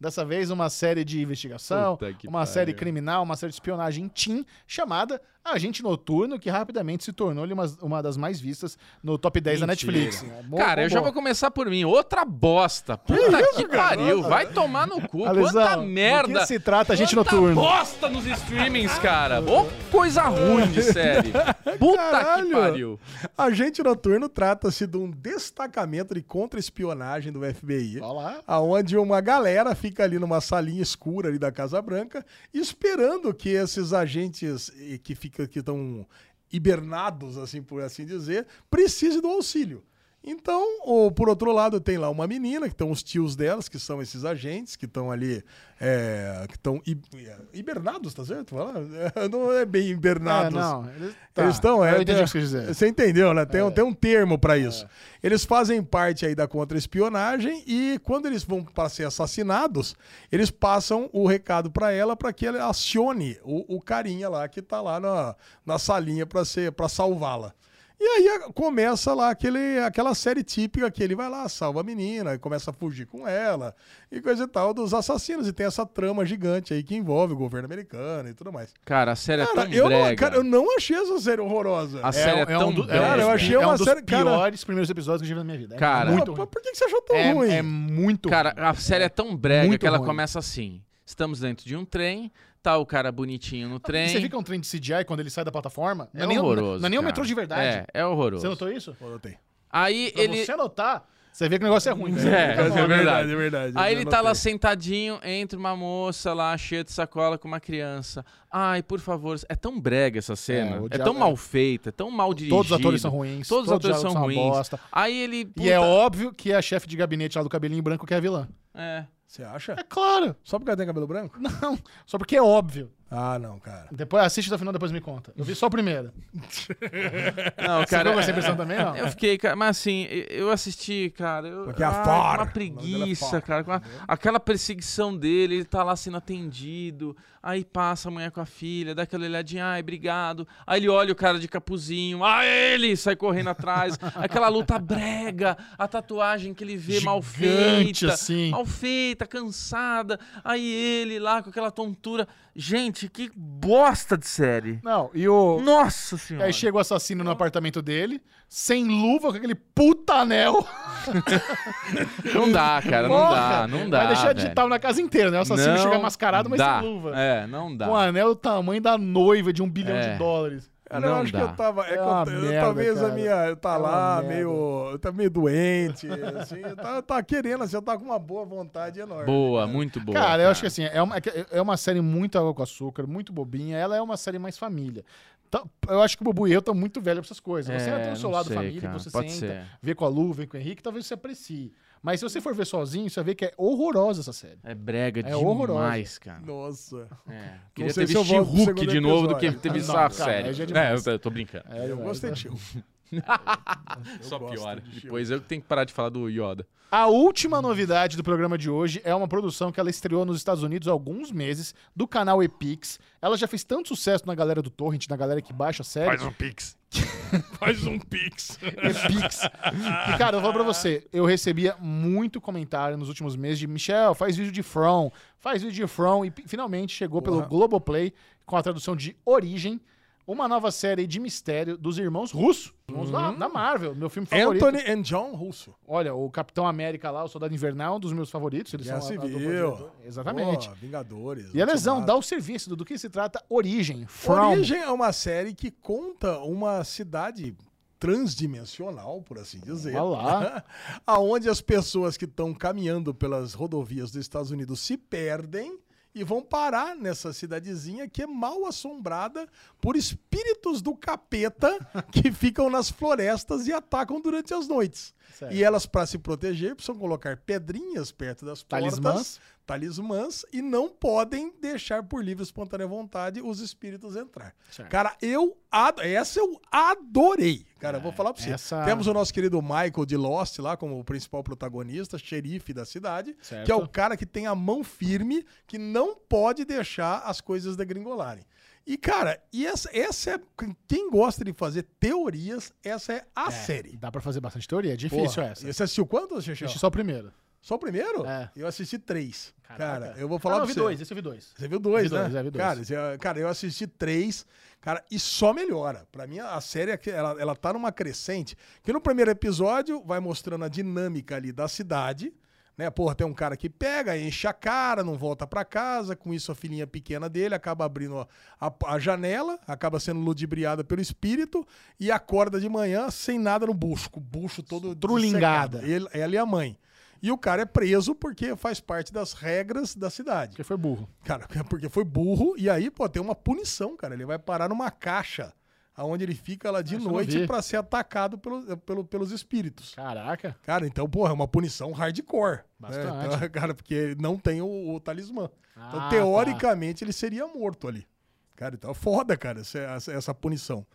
D: dessa vez, uma série de investigação,
B: Puta que
D: uma
B: pariu.
D: série criminal, uma série de espionagem teen, chamada Agente Noturno, que rapidamente se tornou ali uma, uma das mais vistas no top 10 da
B: Mentira.
D: Netflix. Bom,
B: Cara,
D: bom,
B: eu já
D: bom.
B: vou começar por mim. Outra bosta. Puta que, pariu.
A: cara?
B: Vai tomar no cu. Quanta
D: Alesão, do
B: merda.
D: que se trata Agente
B: Quanta
D: Noturno?
B: bosta nos streamings, cara. Ô, coisa ruim de série. Puta que
A: Caralho.
B: pariu.
A: Agente Noturno trata-se de um destacamento de contra-espionagem do FBI.
D: Olha lá.
A: aonde uma galera fica ali numa salinha escura ali da Casa Branca, esperando que esses agentes eh, que fica que estão hibernados, assim por assim dizer, precisem do auxílio. Então, ou, por outro lado, tem lá uma menina, que estão os tios delas, que são esses agentes, que estão ali, eh, que estão hi- hibernados, tá certo? Falar? Não é bem
D: É,
A: hibernados.
D: não, eles tá.
A: Eles estão, é.
D: Eu entendi
A: tem-
D: o que você quis dizer. É.
A: Você entendeu, né? Tem, um- tem um termo pra isso. Eles fazem parte aí da contra-espionagem e quando eles vão para ser assassinados, eles passam o recado pra ela pra que ela acione o, o carinha lá que tá lá na, na salinha pra ser para salvá-la. E aí a- começa lá aquele, aquela série típica que ele vai lá, salva a menina, e começa a fugir com ela, e coisa e tal, dos assassinos. E tem essa trama gigante aí que envolve o governo americano e tudo mais.
B: Cara, a série é
A: Cara,
B: tão
A: eu não,
B: brega.
A: cara, eu não achei essa série horrorosa.
D: Ah,
B: A série é, tão
D: do-
B: brega.
A: Cara, eu achei
D: é um
A: uma
D: dos
A: série- cara-
D: piores primeiros episódios que eu já vi na minha vida. É
B: Cara,
D: muito
A: Pô,
D: ruim.
A: por que que você achou tão
D: é,
A: ruim?
D: é muito
B: Cara, a série é tão brega
D: Muito
B: que ela
D: ruim.
B: começa assim. Estamos dentro de um trem, tá o cara bonitinho no
D: ruim.
B: trem.
D: Você fica um trem de CGI quando ele sai da plataforma?
B: É
D: nem,
B: horroroso.
D: Não é nem um
B: cara.
D: metrô de verdade.
B: É, é horroroso.
D: Você notou isso?
A: Pô, eu tenho.
B: Aí
D: Pra
B: ele.
D: você anotar, você vê que o negócio é ruim.
B: É, é
A: é
B: verdade,
A: verdade, é verdade.
B: Aí
A: Eu
B: ele tá
A: notei.
B: lá sentadinho, entra uma moça lá cheia de sacola com uma criança. Ai, por favor, é tão brega essa cena.
D: É, o
B: É, tão
D: diálogo-
B: mal feita, é tão mal dirigida.
D: Todos os atores são ruins.
B: Todos os atores são
D: diálogos uma
B: ruins.
D: bosta.
B: Aí ele.
D: E é óbvio que é a chefe de gabinete lá do cabelinho branco que é a vilã.
B: é.
A: Você acha?
D: É claro.
A: Só porque ela tem cabelo branco?
D: Não, só porque é óbvio.
A: Ah, não, cara.
D: Depois assiste até o final, depois me conta. Eu vi só o primeiro.
B: Não, cara. é,
D: Você ficou com é essa impressão também, não?
B: Eu fiquei, cara, mas assim, eu- eu assisti, cara. Eu,
A: Ah, é. Porque é
B: ai,
A: fora. O
B: Uma
A: nome dela
B: preguiça,
A: é fora,
B: cara. com a- aquela perseguição dele, ele tá lá sendo atendido. Aí passa a mulher com a filha, dá aquela olhadinha, ai, obrigado. Aí ele olha o cara de capuzinho, ah, ele! Sai correndo atrás. Aquela luta brega, a tatuagem que ele vê mal
D: Gigante,
B: feita.
D: assim.
B: Mal feita, cansada. Aí ele lá com aquela tontura. Gente, que bosta de série.
D: Não, e o.
B: Nossa senhora.
D: Aí chega o assassino no apartamento dele, sem luva, com aquele puta anel.
B: Não dá, cara, não dá,
D: Porra,
B: não dá.
D: Vai deixar
B: velho.
D: digital na casa inteira, né? O assassino
B: Não
D: chega mascarado, mas
B: dá.
D: sem luva.
B: É, não dá.
D: Com um anel do tamanho da noiva de um bilhão
B: É.
D: de dólares.
A: Cara, eu
B: Não
A: acho
B: dá.
A: que eu tava. É
D: É
A: que eu-
D: uma
A: eu-
D: merda,
A: talvez
D: cara.
A: a minha. Eu tá
D: É uma
A: lá,
D: merda.
A: meio. Eu tá meio doente, assim. Eu tava, eu tava querendo, assim, eu tava com uma boa vontade enorme.
B: Boa, muito boa.
D: cara, eu acho que assim, é uma, é uma série muito água com açúcar, muito bobinha. Ela é uma série mais família. Tá- Eu acho que o Bubu e eu estamos muito velhos pra essas coisas. Você
B: É,
D: ainda tem o seu
B: não
D: lado
B: sei,
D: família,
B: cara,
D: que você
B: pode
D: senta,
B: ser.
D: vê com a Lu, vê com o Henrique, talvez você aprecie. Mas se você for ver sozinho, você vai ver que é horrorosa essa série.
B: É brega demais,
D: horrorosa.
B: cara.
A: Nossa.
B: É. Queria
A: sei
B: ter
A: se eu
B: visto
A: volto pro
B: Hulk
A: segundo
B: de novo do que
A: episódio.
B: ter visto É,
D: Não,
B: a
D: cara,
B: série.
D: é demais.
B: É, eu tô- eu tô brincando.
A: Eu gostei de
B: Só
A: gosto
B: piora.
A: de She-Hulk.
B: Depois eu que tenho que parar de falar do Yoda.
D: A última novidade do programa de hoje é uma produção que ela estreou nos Estados Unidos há alguns meses, do canal Epix. Ela já fez tanto sucesso na galera do Torrent, na galera que baixa a série.
A: Faz um pix. Faz um pix.
D: Epix. E, cara, eu vou pra você. Eu recebia muito comentário nos últimos meses de Michel, faz vídeo de From, faz vídeo de From. E pi- finalmente chegou pelo Globoplay com a tradução de Origem. Uma nova série de mistério dos irmãos russos. Irmãos da, da Marvel, meu filme favorito.
A: Anthony and John Russo.
D: Olha, o Capitão América lá, o Soldado Invernal, é um dos meus favoritos. Eles
A: Já
D: são a-
A: se
D: a dupla
A: assim, viu.
D: de- Exatamente.
A: Pô, Vingadores.
D: E a lesão,
A: Ultimato.
D: dá o serviço do, do que se trata Origem. From.
A: Origem é uma série que conta uma cidade transdimensional, por assim dizer.
D: Olha lá.
A: Aonde as pessoas que estão caminhando pelas rodovias dos Estados Unidos se perdem e vão parar nessa cidadezinha que é mal assombrada por espíritos do capeta que ficam nas florestas e atacam durante as noites.
D: Certo.
A: E elas, para se proteger, precisam colocar pedrinhas perto das portas,
D: Talismãs.
A: talismãs, e não podem deixar por livre e espontânea vontade os espíritos entrar.
D: Certo.
A: Cara, eu ado- essa eu adorei. Cara, eu vou falar pra você.
D: É, essa-
A: Temos o nosso querido Michael de Lost lá como o principal protagonista, xerife da cidade,
D: Certo.
A: que é o cara que tem a mão firme, que não pode deixar as coisas degringolarem. E, cara, e essa, essa é. Quem gosta de fazer teorias, essa é a série.
D: Dá pra fazer bastante teoria, é difícil
A: Porra, é
D: essa.
A: e Você assistiu quantos, Xixi?
D: Deixa só o primeiro.
A: Só o primeiro?
D: É.
A: Eu assisti três.
D: Caraca.
A: Cara, eu vou falar
D: ah, não,
A: pra
D: eu vi
A: você.
D: dois, esse eu vi dois.
A: Você viu dois,
D: Vi dois,
A: né?
D: é, vi dois.
A: Cara, você- cara, eu assisti três, cara, e só melhora. Pra mim, a série, aqui, ela, ela tá numa crescente, que no primeiro episódio vai mostrando a dinâmica ali da cidade, né? Porra, tem um cara que pega, enche a cara, não volta pra casa, com isso a filhinha pequena dele acaba abrindo a, a- a janela, acaba sendo ludibriada pelo espírito e acorda de manhã sem nada no bucho, com o bucho todo
D: Trulingada.
A: dissecado. Ele, ela e a mãe. E o cara é preso porque faz parte das regras da cidade.
D: Porque foi burro.
A: Cara, porque foi burro e aí, pô, tem uma punição, cara. Ele vai parar numa caixa aonde ele fica lá de
D: isso eu não vi.
A: noite pra ser atacado pelo, pelo- pelos espíritos.
D: Caraca.
A: Cara, então, porra, é uma punição hardcore. né?
D: Bastante.
A: Então, cara, porque não tem o, o talismã. Então,
D: Ah,
A: teoricamente, ele seria morto ali. Cara, então é foda, cara, essa, essa- essa punição.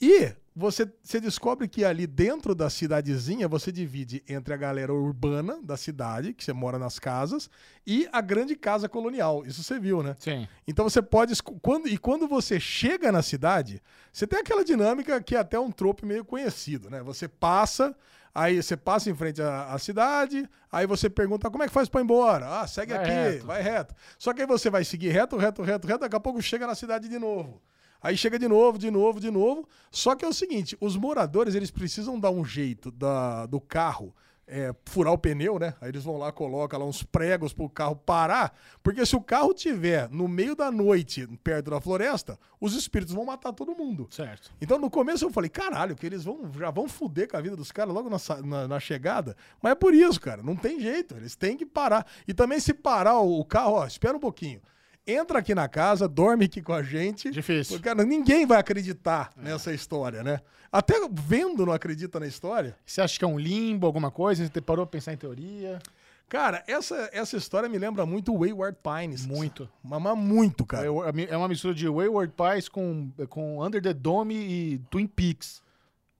A: E você, você descobre que ali dentro da cidadezinha você divide entre a galera urbana da cidade, que você mora nas casas, e a grande casa colonial. Isso você viu, né?
D: Sim.
A: Então você pode. esco- Quando, e quando você chega na cidade, você tem aquela dinâmica que é até um trope meio conhecido, né? Você passa, aí você passa em frente à, à cidade, aí você pergunta como é que faz pra ir embora? Ah, segue
D: Vai
A: aqui,
D: reto.
A: vai reto. Só que aí você vai seguir reto, reto, reto, reto, daqui a pouco chega na cidade de novo. Aí chega de novo, de novo, de novo. Só que é o seguinte: os moradores eles precisam dar um jeito da- do carro é, furar o pneu, né? Aí eles vão lá, colocam lá uns pregos pro carro parar. Porque se o carro tiver no meio da noite, perto da floresta, os espíritos vão matar todo mundo.
D: Certo.
A: Então no começo eu falei, caralho, que eles vão, já vão fuder com a vida dos caras logo na, sa- na- na chegada. Mas é por isso, cara, não tem jeito, eles têm que parar. E também se parar o, o carro, ó, espera um pouquinho. Entra aqui na casa, dorme aqui com a gente.
D: Difícil. É.
A: Porque, Cara, ninguém vai acreditar nessa história, né? Até vendo não acredita na história.
D: Você acha que é um limbo, alguma coisa? Você parou pra pensar em teoria?
A: Cara, essa, essa história me lembra muito Wayward Pines.
D: Muito.
A: Mamá muito, cara.
D: É o- é uma mistura de Wayward Pies com, com Under the Dome e Twin Peaks.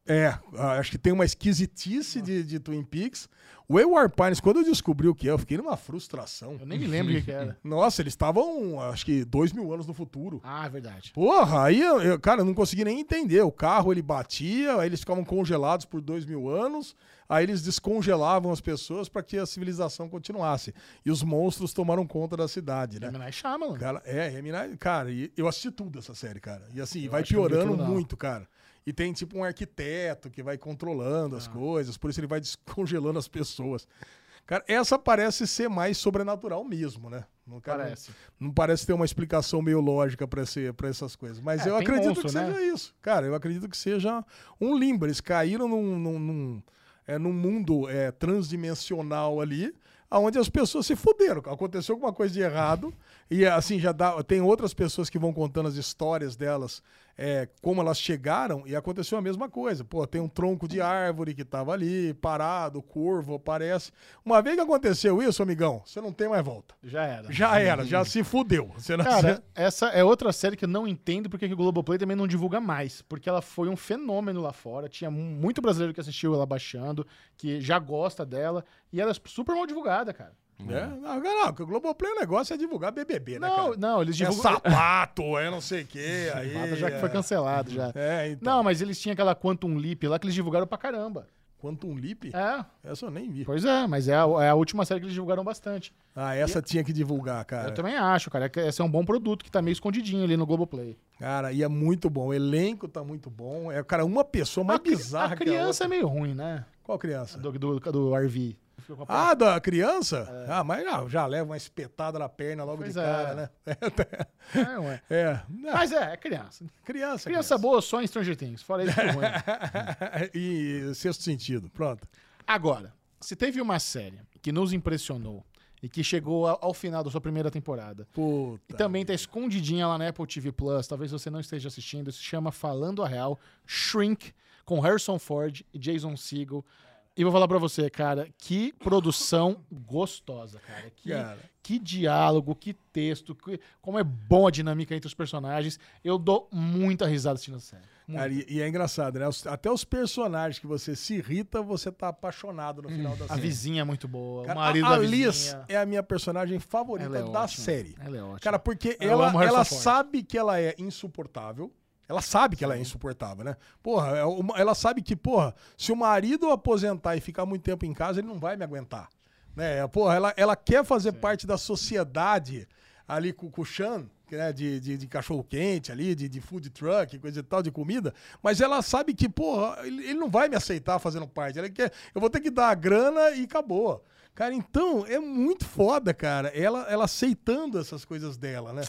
A: É, ah, acho que tem uma esquisitice de, de Twin Peaks. O Wayward Pines, quando eu descobri o que é, eu fiquei numa frustração.
D: Eu nem me lembro o que, que era.
A: Nossa, eles estavam, acho que, dois mil anos no futuro.
D: Ah, verdade.
A: Porra, aí, eu, eu- cara, eu não consegui nem entender. O carro, ele batia, aí eles ficavam congelados por dois mil anos, aí eles descongelavam as pessoas para que a civilização continuasse. E os monstros tomaram conta da cidade, né?
D: Terminar e chama, mano.
A: Cara, é, é mina- cara, e eu assisti tudo essa série, cara. E assim, vai
D: acho que eu não vi
A: piorando
D: tudo, não.
A: muito, cara. E tem tipo um arquiteto que vai controlando
D: Ah.
A: as coisas, por isso ele vai descongelando as pessoas. Cara, essa parece ser mais sobrenatural mesmo, né? Não, cara,
D: Parece.
A: Não, não parece ter uma explicação meio lógica pra esse- pra essas coisas. Mas
D: É,
A: eu
D: tem
A: acredito
D: monstro,
A: que
D: né?
A: seja isso. Cara, eu acredito que seja um limbo. Eles caíram num, num, num- é, num mundo é, transdimensional ali, onde as pessoas se fuderam. Aconteceu alguma coisa de errado, E assim, já dá. Tem outras pessoas que vão contando as histórias delas, é, como elas chegaram, e aconteceu a mesma coisa. Pô, tem um tronco de árvore que tava ali, parado, curvo, aparece. Uma vez que aconteceu isso, amigão, você não tem mais volta.
D: Já era.
A: Já era, já se fudeu. Você não
D: Cara, essa é outra série que eu não entendo porque que o Globoplay também não divulga mais. Porque ela foi um fenômeno lá fora. Tinha mu- muito brasileiro que assistiu ela baixando, que já gosta dela. E ela é super mal divulgada, cara.
A: É, não, cara, não, que o Globoplay o negócio é divulgar BBB, né,
D: Não,
A: cara?
D: não, eles
A: É
D: divulgam.
A: sapato, é não sei o quê. Aí,
D: já que foi
A: é.
D: cancelado já.
A: É, então.
D: Não, mas eles tinham aquela Quantum Leap lá que eles divulgaram pra caramba.
A: Quantum Leap?
D: É.
A: um Essa eu nem vi.
D: Pois é, mas é a, é a última série que eles divulgaram bastante.
A: Ah, essa tinha que divulgar, cara.
D: Eu também acho, cara. que Esse é um bom produto que tá meio escondidinho ali no Globoplay.
A: Cara, e é muito bom. O elenco tá muito bom. É, cara, uma pessoa mais
D: a, cri-
A: bizarra
D: a criança é
A: que
D: meio ruim, né?
A: a outra. Qual criança?
D: Do, do, do RV.
A: Ah, da criança? Ah, mas ah, já leva uma espetada na perna logo
D: É. Pois
A: de
D: é.
A: cara, né?
D: É, ué.
A: É, Ah,
D: Mas é, é criança.
A: criança.
D: Criança boa só em Stranger Things. Fora isso, que é ruim.
A: e sexto sentido, pronto.
D: Agora, se teve uma série que nos impressionou e que chegou a- ao final da sua primeira temporada e
A: Puta.
D: também tá escondidinha lá na Apple TV Plus, talvez você não esteja assistindo, se chama Falando a Real, Shrink, com Harrison Ford e Jason Segel. E vou falar pra você, cara, que produção gostosa, cara. Que,
A: Cara.
D: que diálogo, que texto, que- como é bom a dinâmica entre os personagens. Eu dou muita risada assistindo a série. Muito.
A: Cara, e, e é engraçado, né? Os- Até os personagens que você se irrita, você tá apaixonado no final da
D: A
A: série.
D: vizinha é muito boa,
A: Cara,
D: o marido
A: a, a
D: da vizinha.
A: Liz é a minha personagem favorita
D: Ela é
A: da
D: ótima.
A: série.
D: Ela é ótima.
A: Cara, porque
D: Eu
A: ela,
D: amo Harrison
A: ela
D: Ford.
A: sabe que ela é insuportável. Ela sabe que ela é insuportável, né? Porra, é uma- ela sabe que, porra, se o marido aposentar e ficar muito tempo em casa, ele não vai me aguentar. Né? Porra, ela, ela quer fazer parte da sociedade ali com, com o Sean, que, né, de, de, de cachorro-quente ali, de, de food truck, coisa e tal, de comida, mas ela sabe que, porra, ele, ele não vai me aceitar fazendo parte. Ela quer, eu vou ter que dar a grana e acabou. Cara, então é muito foda, cara, ela, ela aceitando essas coisas dela, né?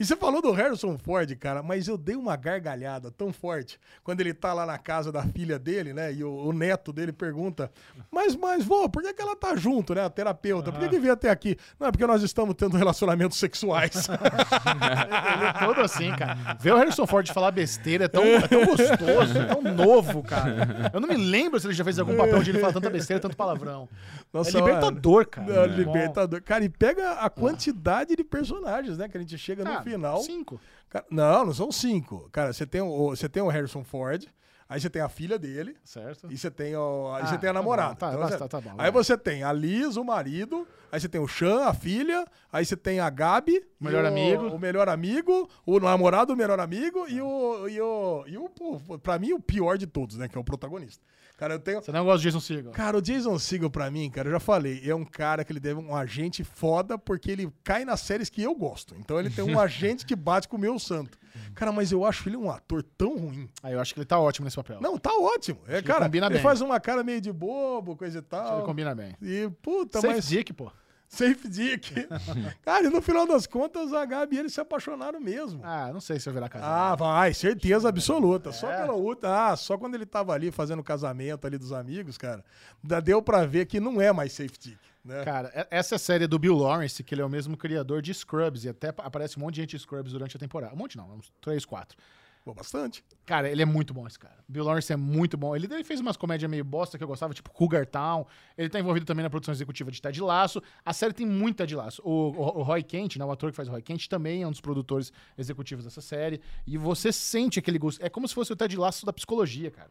A: E você falou do Harrison Ford, cara, mas eu dei uma gargalhada tão forte quando ele tá lá na casa da filha dele, né? E o, o neto dele pergunta: Mas, mas, vô, por que, que ela tá junto, né? A terapeuta, por que, que veio até aqui? Não, é porque nós estamos tendo relacionamentos sexuais.
D: Ele é todo assim, cara. Ver o Harrison Ford falar besteira é tão, é tão gostoso, é tão novo, cara. Eu não me lembro se ele já fez algum papel onde ele fala tanta besteira, tanto palavrão.
A: Nossa,
D: é libertador, cara. É.
A: Não,
D: Muito bom.
A: libertador. Cara, e pega a quantidade de personagens, né? Que a gente chega no
D: Ah,
A: final.
D: Cinco.
A: Cara, não, não são cinco. Cara, você tem o, você tem o Harrison Ford, aí você tem a filha dele.
D: Certo.
A: E você tem, o, aí
D: Ah,
A: você tem
D: tá
A: a namorada.
D: bom, tá,
A: Então
D: tá,
A: você-
D: tá, tá bom, vai.
A: aí você tem a Liz, o marido, aí você tem o Chan, a filha, aí você tem a Gabi. e
D: Melhor
A: o-
D: amigo.
A: O melhor amigo, o namorado, o melhor amigo e o. E o, e o pô, pra mim, o pior de todos, né? Que é o protagonista. Cara, eu tenho.
D: Você não gosta de Jason Segel?
A: Cara, o Jason Segel pra mim, cara, eu já falei, é um cara que ele deve um agente foda porque ele cai nas séries que eu gosto. Então ele tem um agente que bate com o meu santo. Cara, mas eu acho ele um ator tão ruim.
D: Ah, eu acho que ele tá ótimo nesse papel.
A: Não, tá ótimo. É,
D: ele
A: cara,
D: combina
A: ele
D: bem.
A: faz uma cara meio de bobo, coisa e
D: Acho que
A: tal.
D: Ele combina bem.
A: E, puta,
D: Safe
A: mas...
D: Dick, pô.
A: Safe Dick. cara, e no final das contas, a Gabi e ele se apaixonaram mesmo.
D: Ah, não sei se eu virar casal.
A: Ah, vai, certeza absoluta. Só
D: É.
A: pela outra. Ah, só quando ele tava ali fazendo o casamento ali dos amigos, cara, da- deu pra ver que não é mais safety. Né?
D: Cara, e- essa série é do Bill Lawrence, que ele é o mesmo criador de Scrubs, e até pa- aparece um monte de gente de Scrubs durante a temporada. Um monte não, uns três, quatro.
A: Pô, bastante.
D: Cara, ele é muito bom, esse cara. Bill Lawrence é muito bom. Ele, ele fez umas comédias meio bosta que eu gostava, tipo Cougar Town. Ele tá envolvido também na produção executiva de Ted Laço. A série tem muita de Laço. O, o- o Roy Kent, né, o ator que faz o Roy Kent, também é um dos produtores executivos dessa série. E você sente aquele gosto. É como se fosse o Ted Laço da psicologia, cara.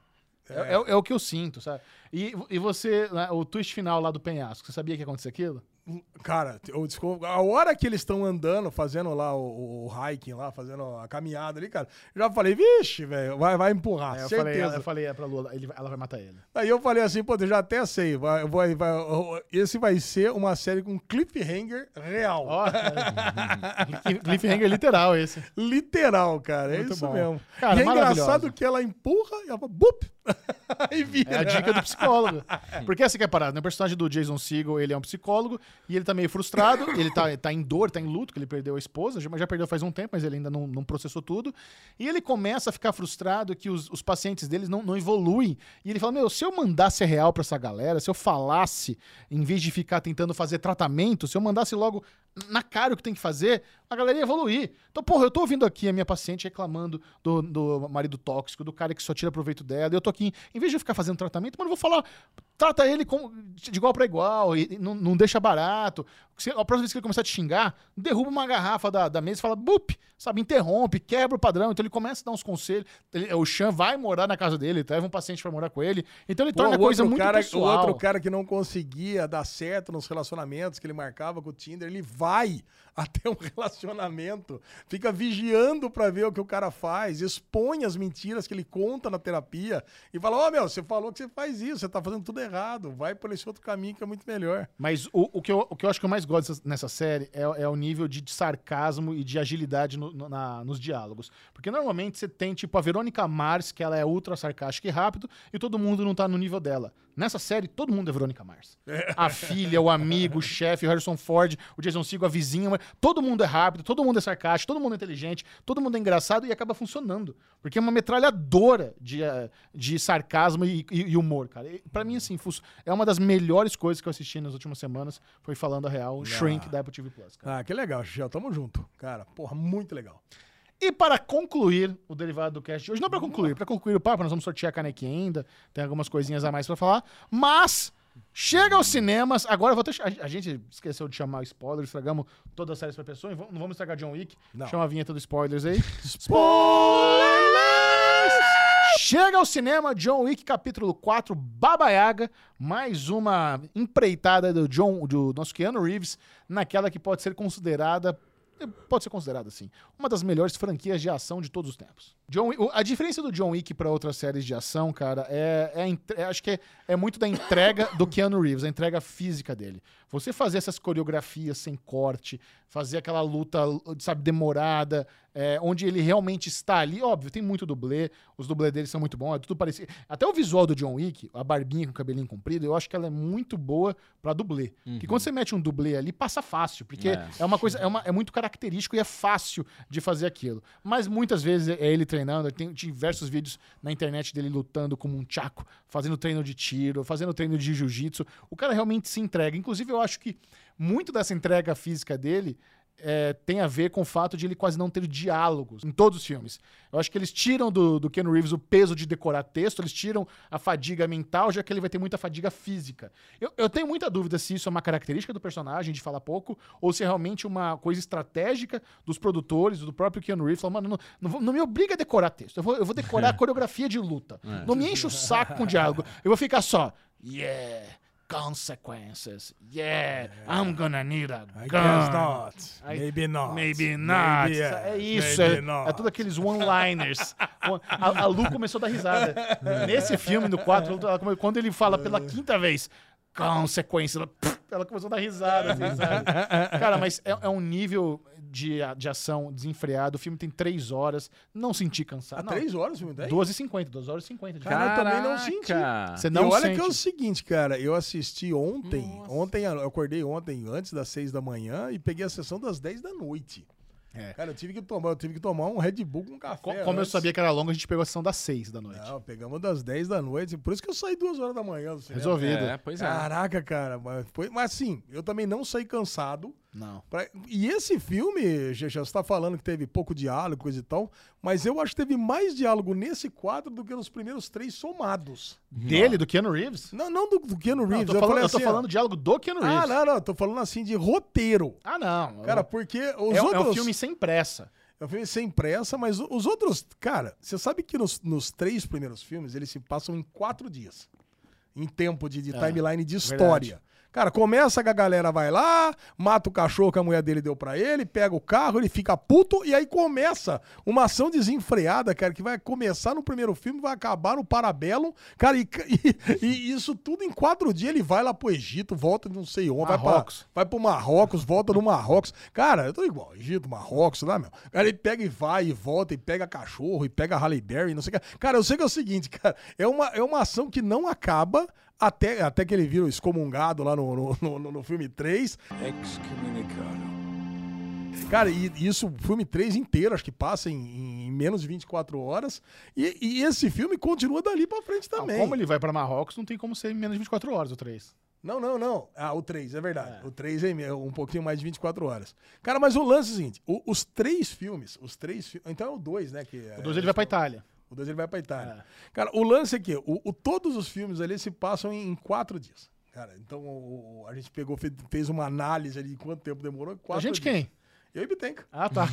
D: É, é o- é o que eu sinto, sabe? E, e você, né, o twist final lá do penhasco, você sabia que ia acontecer aquilo?
A: Cara, eu descobri, a hora que eles estão andando, fazendo lá o, o- o hiking lá, fazendo a caminhada ali, cara, já falei, vixe, velho, vai, vai empurrar,
D: Aí É, eu
A: certeza.
D: falei, eu falei pra Lula, ele- ela vai matar ele.
A: Aí eu falei assim, pô, eu já até sei, vai, vai, vai, esse vai ser uma série com cliffhanger real.
D: Ó, cliffhanger literal esse.
A: Literal, cara.
D: Muito
A: é isso
D: bom.
A: mesmo.
D: Cara,
A: e é
D: maravilhosa.
A: engraçado que ela empurra e ela fala, bup! e vira.
D: É a dica do psicólogo. Porque essa que é a parada, né? O personagem do Jason Segel, ele é um psicólogo e ele tá meio frustrado, ele tá, tá em dor, tá em luto, que ele perdeu a esposa, já- mas já perdeu faz um tempo, mas ele ainda não, não processou tudo. E ele começa a ficar frustrado que os, os pacientes deles não, não evoluem. E ele fala, meu, se eu mandasse a real pra essa galera, se eu falasse, em vez de ficar tentando fazer tratamento, se eu mandasse logo na cara o que tem que fazer, a galera ia evoluir. Então, porra, eu tô ouvindo aqui a minha paciente reclamando do, do marido tóxico, do cara que só tira proveito dela. E eu tô aqui, em vez de eu ficar fazendo tratamento, mano, eu vou falar, trata ele com, de igual pra igual, e, e não, não deixa barato. Se- a próxima vez que ele começar a te xingar, derruba uma garrafa da, da mesa e fala, bup, sabe, interrompe, quebra o padrão. Então ele começa a dar uns conselhos. Ele- o Chan vai morar na casa dele, leva um paciente pra morar com ele. Então ele
A: Pô,
D: torna a
A: o
D: coisa
A: outro
D: muito
A: cara, o
D: pessoal.
A: outro cara que não conseguia dar certo nos relacionamentos que ele marcava com o Tinder, ele vai até um relacionamento, fica vigiando pra ver o que o cara faz, expõe as mentiras que ele conta na terapia e fala: Ó, meu, você falou que você faz isso, você tá fazendo tudo errado, vai por esse outro caminho que é muito melhor.
D: Mas o, o, que eu, o que eu acho que eu mais gosto dessa- nessa série é, é o nível de sarcasmo e de agilidade no- no- na- nos diálogos. Porque normalmente você tem, tipo, a Verônica Mars, que ela é ultra sarcástica e rápido, e todo mundo não tá no nível dela. Nessa série, todo mundo é Verônica Mars. A filha, o amigo, o chefe, o Harrison Ford, o Jason Segel, a vizinha. mas Todo mundo é rápido, todo mundo é sarcástico, todo mundo é inteligente, todo mundo é engraçado e acaba funcionando. Porque é uma metralhadora de, eh, de sarcasmo e, e- e humor, cara. E, pra mim, assim, fu- é uma das melhores coisas que eu assisti nas últimas semanas. Foi falando a real, o Shrink da Apple TV Plus, cara.
A: Ah, que legal, Xixel, tamo junto. Cara, porra, muito legal.
D: E para concluir o derivado do cast de hoje, não para concluir, para concluir o papo, nós vamos sortear a canequinha ainda, tem algumas coisinhas a mais para falar, mas chega aos cinemas, agora eu vou até, a, a gente esqueceu de chamar spoiler, estragamos todas as séries para pessoa, e vamos- não vamos estragar John Wick,
A: Não.
D: chama a vinheta dos spoilers aí. Chega ao cinema John Wick capítulo 4 Baba Yaga, mais uma empreitada do John do nosso Keanu Reeves naquela que pode ser considerada pode ser considerada assim, uma das melhores franquias de ação de todos os tempos. John Wick- o- a diferença do John Wick para outras séries de ação, cara, é, é a entre- é- acho que é, é muito da entrega do Keanu Reeves, a entrega física dele. Você fazer essas coreografias sem corte, fazer aquela luta, sabe, demorada, é, onde ele realmente está ali. Óbvio, tem muito dublê, os dublês deles são muito bons, é tudo parecido. Até o visual do John Wick, a barbinha com o cabelinho comprido, eu acho que ela é muito boa pra dublê. Porque quando você mete um dublê ali, passa fácil, porque é,
B: É.
D: uma coisa, é, uma- é muito característico e é fácil de fazer aquilo. Mas muitas vezes é ele treinando, tem diversos vídeos na internet dele lutando como um tchaco, fazendo treino de tiro, fazendo treino de jiu-jitsu. O cara realmente se entrega. Inclusive, eu acho que muito dessa entrega física dele é, tem a ver com o fato de ele quase não ter diálogos em todos os filmes. Eu acho que eles tiram do, do Ken Reeves o peso de decorar texto, eles tiram a fadiga mental, já que ele vai ter muita fadiga física. Eu, eu tenho muita dúvida se isso é uma característica do personagem de falar pouco, ou se é realmente uma coisa estratégica dos produtores, do próprio Keanu Reeves, falar, mano, não, não vou- não me obriga a decorar texto, eu vou, eu vou decorar a coreografia de luta.
A: É.
D: Não me enche o saco com diálogo, eu vou ficar só, yeah, consequences, yeah, I'm gonna need a
A: É. I guess
D: gun.
A: not.
D: Aí-
A: Maybe not.
D: Maybe not.
A: Maybe,
D: é,
A: yes.
D: isso,
A: Maybe
D: é,
A: not.
D: é tudo aqueles one-liners. a, a Lu começou a dar risada. Nesse filme, no 4, ela come- quando ele fala pela quinta vez, consequência, ela, ela começou a dar risada. assim, sabe? Cara, mas é, é um nível de, a- de ação desenfreado. O filme tem três horas. Não senti cansado.
A: Há
D: Não,
A: Ah, três horas o filme tem?
D: 12h50, 2 horas e 50. de filme.
A: Cara, eu também não senti.
B: Caraca.
D: Você
A: E
D: não
A: olha
D: sente.
A: que é o seguinte, cara, eu assisti ontem, ontem eu acordei ontem antes das seis da manhã e peguei a sessão das 10 da noite.
D: É.
A: Cara, eu tive que tomar, eu tive que tomar um Red Bull com um
D: Co-
A: café.
D: Como eu
A: antes.
D: sabia que era longo, a gente pegou a sessão das 6 da noite.
A: Não, pegamos das 10 da noite, por isso que eu saí duas horas da manhã. do cinema.
D: Resolvido.
B: É, pois é.
A: Caraca, cara, mas, foi, mas assim, eu também não saí cansado.
D: Não.
A: Pra- E esse filme, Gexá, você tá falando que teve pouco diálogo, coisa e tal, mas eu acho que teve mais diálogo nesse quadro do que nos primeiros três somados.
D: Dele, do Keanu Reeves?
A: Não, não do, do Keanu
D: Não,
A: Reeves.
D: eu tô falando,
A: falei
D: eu tô
A: assim, ó,
D: falando diálogo do Keanu Reeves.
A: Ah, não, não, eu tô falando assim de roteiro.
D: Ah, não.
A: Cara, porque os
D: é,
A: outros.
D: é um filme sem pressa.
A: é um filme sem pressa, mas o- os outros. Cara, você sabe que nos, nos três primeiros filmes eles se passam em quatro dias em tempo de, de
D: Ah,
A: timeline
D: é
A: de história. Cara, começa que a galera vai lá, mata o cachorro que a mulher dele deu pra ele, pega o carro, ele fica puto e aí começa uma ação desenfreada, cara, que vai começar no primeiro filme, vai acabar no Parabellum, cara, e, e- e isso tudo em quatro dias ele vai lá pro Egito, volta de não sei
D: Ah,
A: onde, vai, pra,
D: Marrocos.
A: vai pro Marrocos, volta no Marrocos. Cara, eu tô igual, Egito, Marrocos, lá, meu. Cara, ele pega e vai e volta e pega cachorro e pega Halle Berry, não sei o que. Cara, eu sei que é o seguinte, cara, é uma, é uma ação que não acaba até, até que ele vira o excomungado lá no, no, no- no- no filme 3. Cara, e isso, o filme 3 inteiro, acho que passa em, em menos de 24 horas. E, e esse filme continua dali pra frente
D: Não,
A: também.
D: como ele vai pra Marrocos, não tem como ser em menos de 24 horas ou 3.
A: Não, não, não. Ah, o 3, é verdade. O 3 é em- é um pouquinho mais de 24 horas. Cara, mas o lance é o seguinte: o- os três filmes, os três fi- Então é o 2, né? Que é-
D: O 2 ele vai pra Itália.
A: o dois ele vai pra Itália. Cara, o lance é que o, o- todos os filmes ali se passam em, em quatro dias. Cara, então o- o- a gente pegou, fe- fez, uma análise ali de quanto tempo demorou.
D: A
A: Quatro
D: gente
A: dias.
D: quem?
A: Eu e Bitenca.
D: Ah, tá.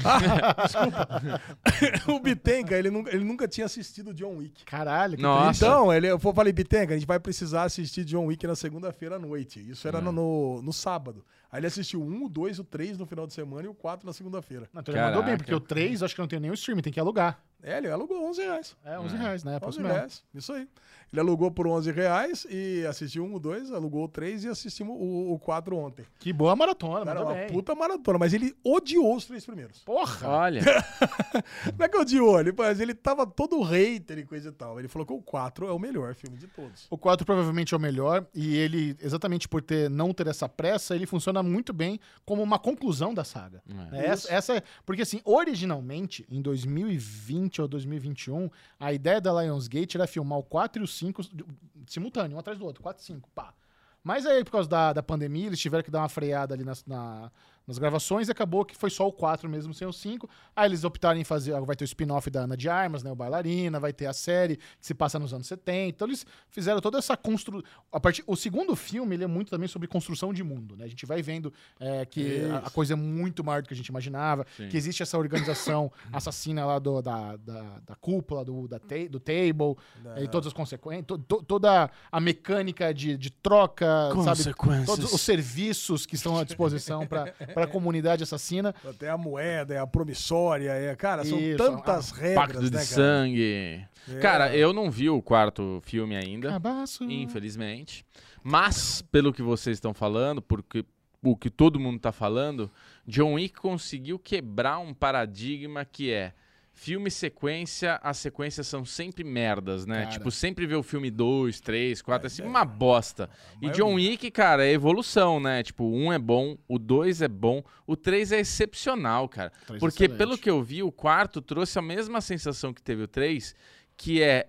A: o Bitenca, ele nunca, ele nunca tinha assistido John Wick.
D: Caralho. que
B: Nossa.
A: Então, ele, eu falei, Bitenca, a gente vai precisar assistir John Wick na segunda-feira à noite. Isso
D: É.
A: era no, no, no sábado. Aí ele assistiu um, o dois, o três no final de semana e o quatro na segunda-feira.
D: Não, então ele mandou bem,
B: Caraca.
D: porque o 3 eu acho que não tem nenhum streaming, tem que alugar.
A: É, ele alugou 11 reais.
D: É, 11 reais, né? É
A: 11
D: próximo mesmo.
A: reais, isso aí. Ele alugou por 11 reais e assistiu um, dois, alugou três e assistimos o, o quatro ontem.
D: Que boa maratona,
A: Cara,
D: mandou
A: uma
D: bem.
A: puta maratona, mas ele odiou os três primeiros.
D: Porra!
B: Olha,
A: Não é que odiou, ele, mas ele tava todo hater e coisa e tal. Ele falou que o quatro é o melhor filme de todos.
D: O 4 provavelmente é o melhor, e ele, exatamente por ter, não ter essa pressa, ele funciona muito bem como uma conclusão da saga. Né? Essa, essa é, porque assim, originalmente, em 2020 ou 2021, a ideia da Lionsgate era filmar o 4 e o 5 simultâneo, um atrás do outro, 4 e 5, pá. Mas aí, por causa da, da pandemia, eles tiveram que dar uma freada ali nas, na- nas gravações e acabou que foi só o 4 mesmo, sem o 5. Aí eles optaram em fazer. Vai ter o spin-off da Ana de Armas, né? O Bailarina, vai ter a série que se passa nos anos 70. Então eles fizeram toda essa construção. O segundo filme ele é muito também sobre construção de mundo, né? A gente vai vendo é, que a, a coisa é muito maior do que a gente imaginava, que existe essa organização assassina lá do- da, da, da cúpula, do, da ta- do table, e todas as consequências, to- to- toda a mecânica de, de troca, sabe?
B: Consequências.
D: Todos os serviços que estão à disposição para a comunidade assassina.
A: Até a moeda, é a promissória, é, cara, são
D: Isso,
A: tantas regras,
B: é um Pacto de
A: né, cara?
B: Sangue.
D: É.
B: Cara, eu não vi o quarto filme
A: Né?
B: ainda,
D: Cabaço.
B: infelizmente. Mas, pelo que vocês estão falando, porque o que todo mundo tá falando, John Wick conseguiu quebrar um paradigma que é filme sequência, as sequências são sempre merdas, né?
D: Cara.
B: Tipo, sempre vê o filme 2, 3, 4, é sempre uma bosta. E
A: maioria.
B: John Wick, cara, é evolução, né? Tipo, um é bom, o dois é bom, o três é excepcional, cara.
D: Três é
B: Porque
D: excelente.
B: pelo que eu vi, o quarto trouxe a mesma sensação que teve o três, que é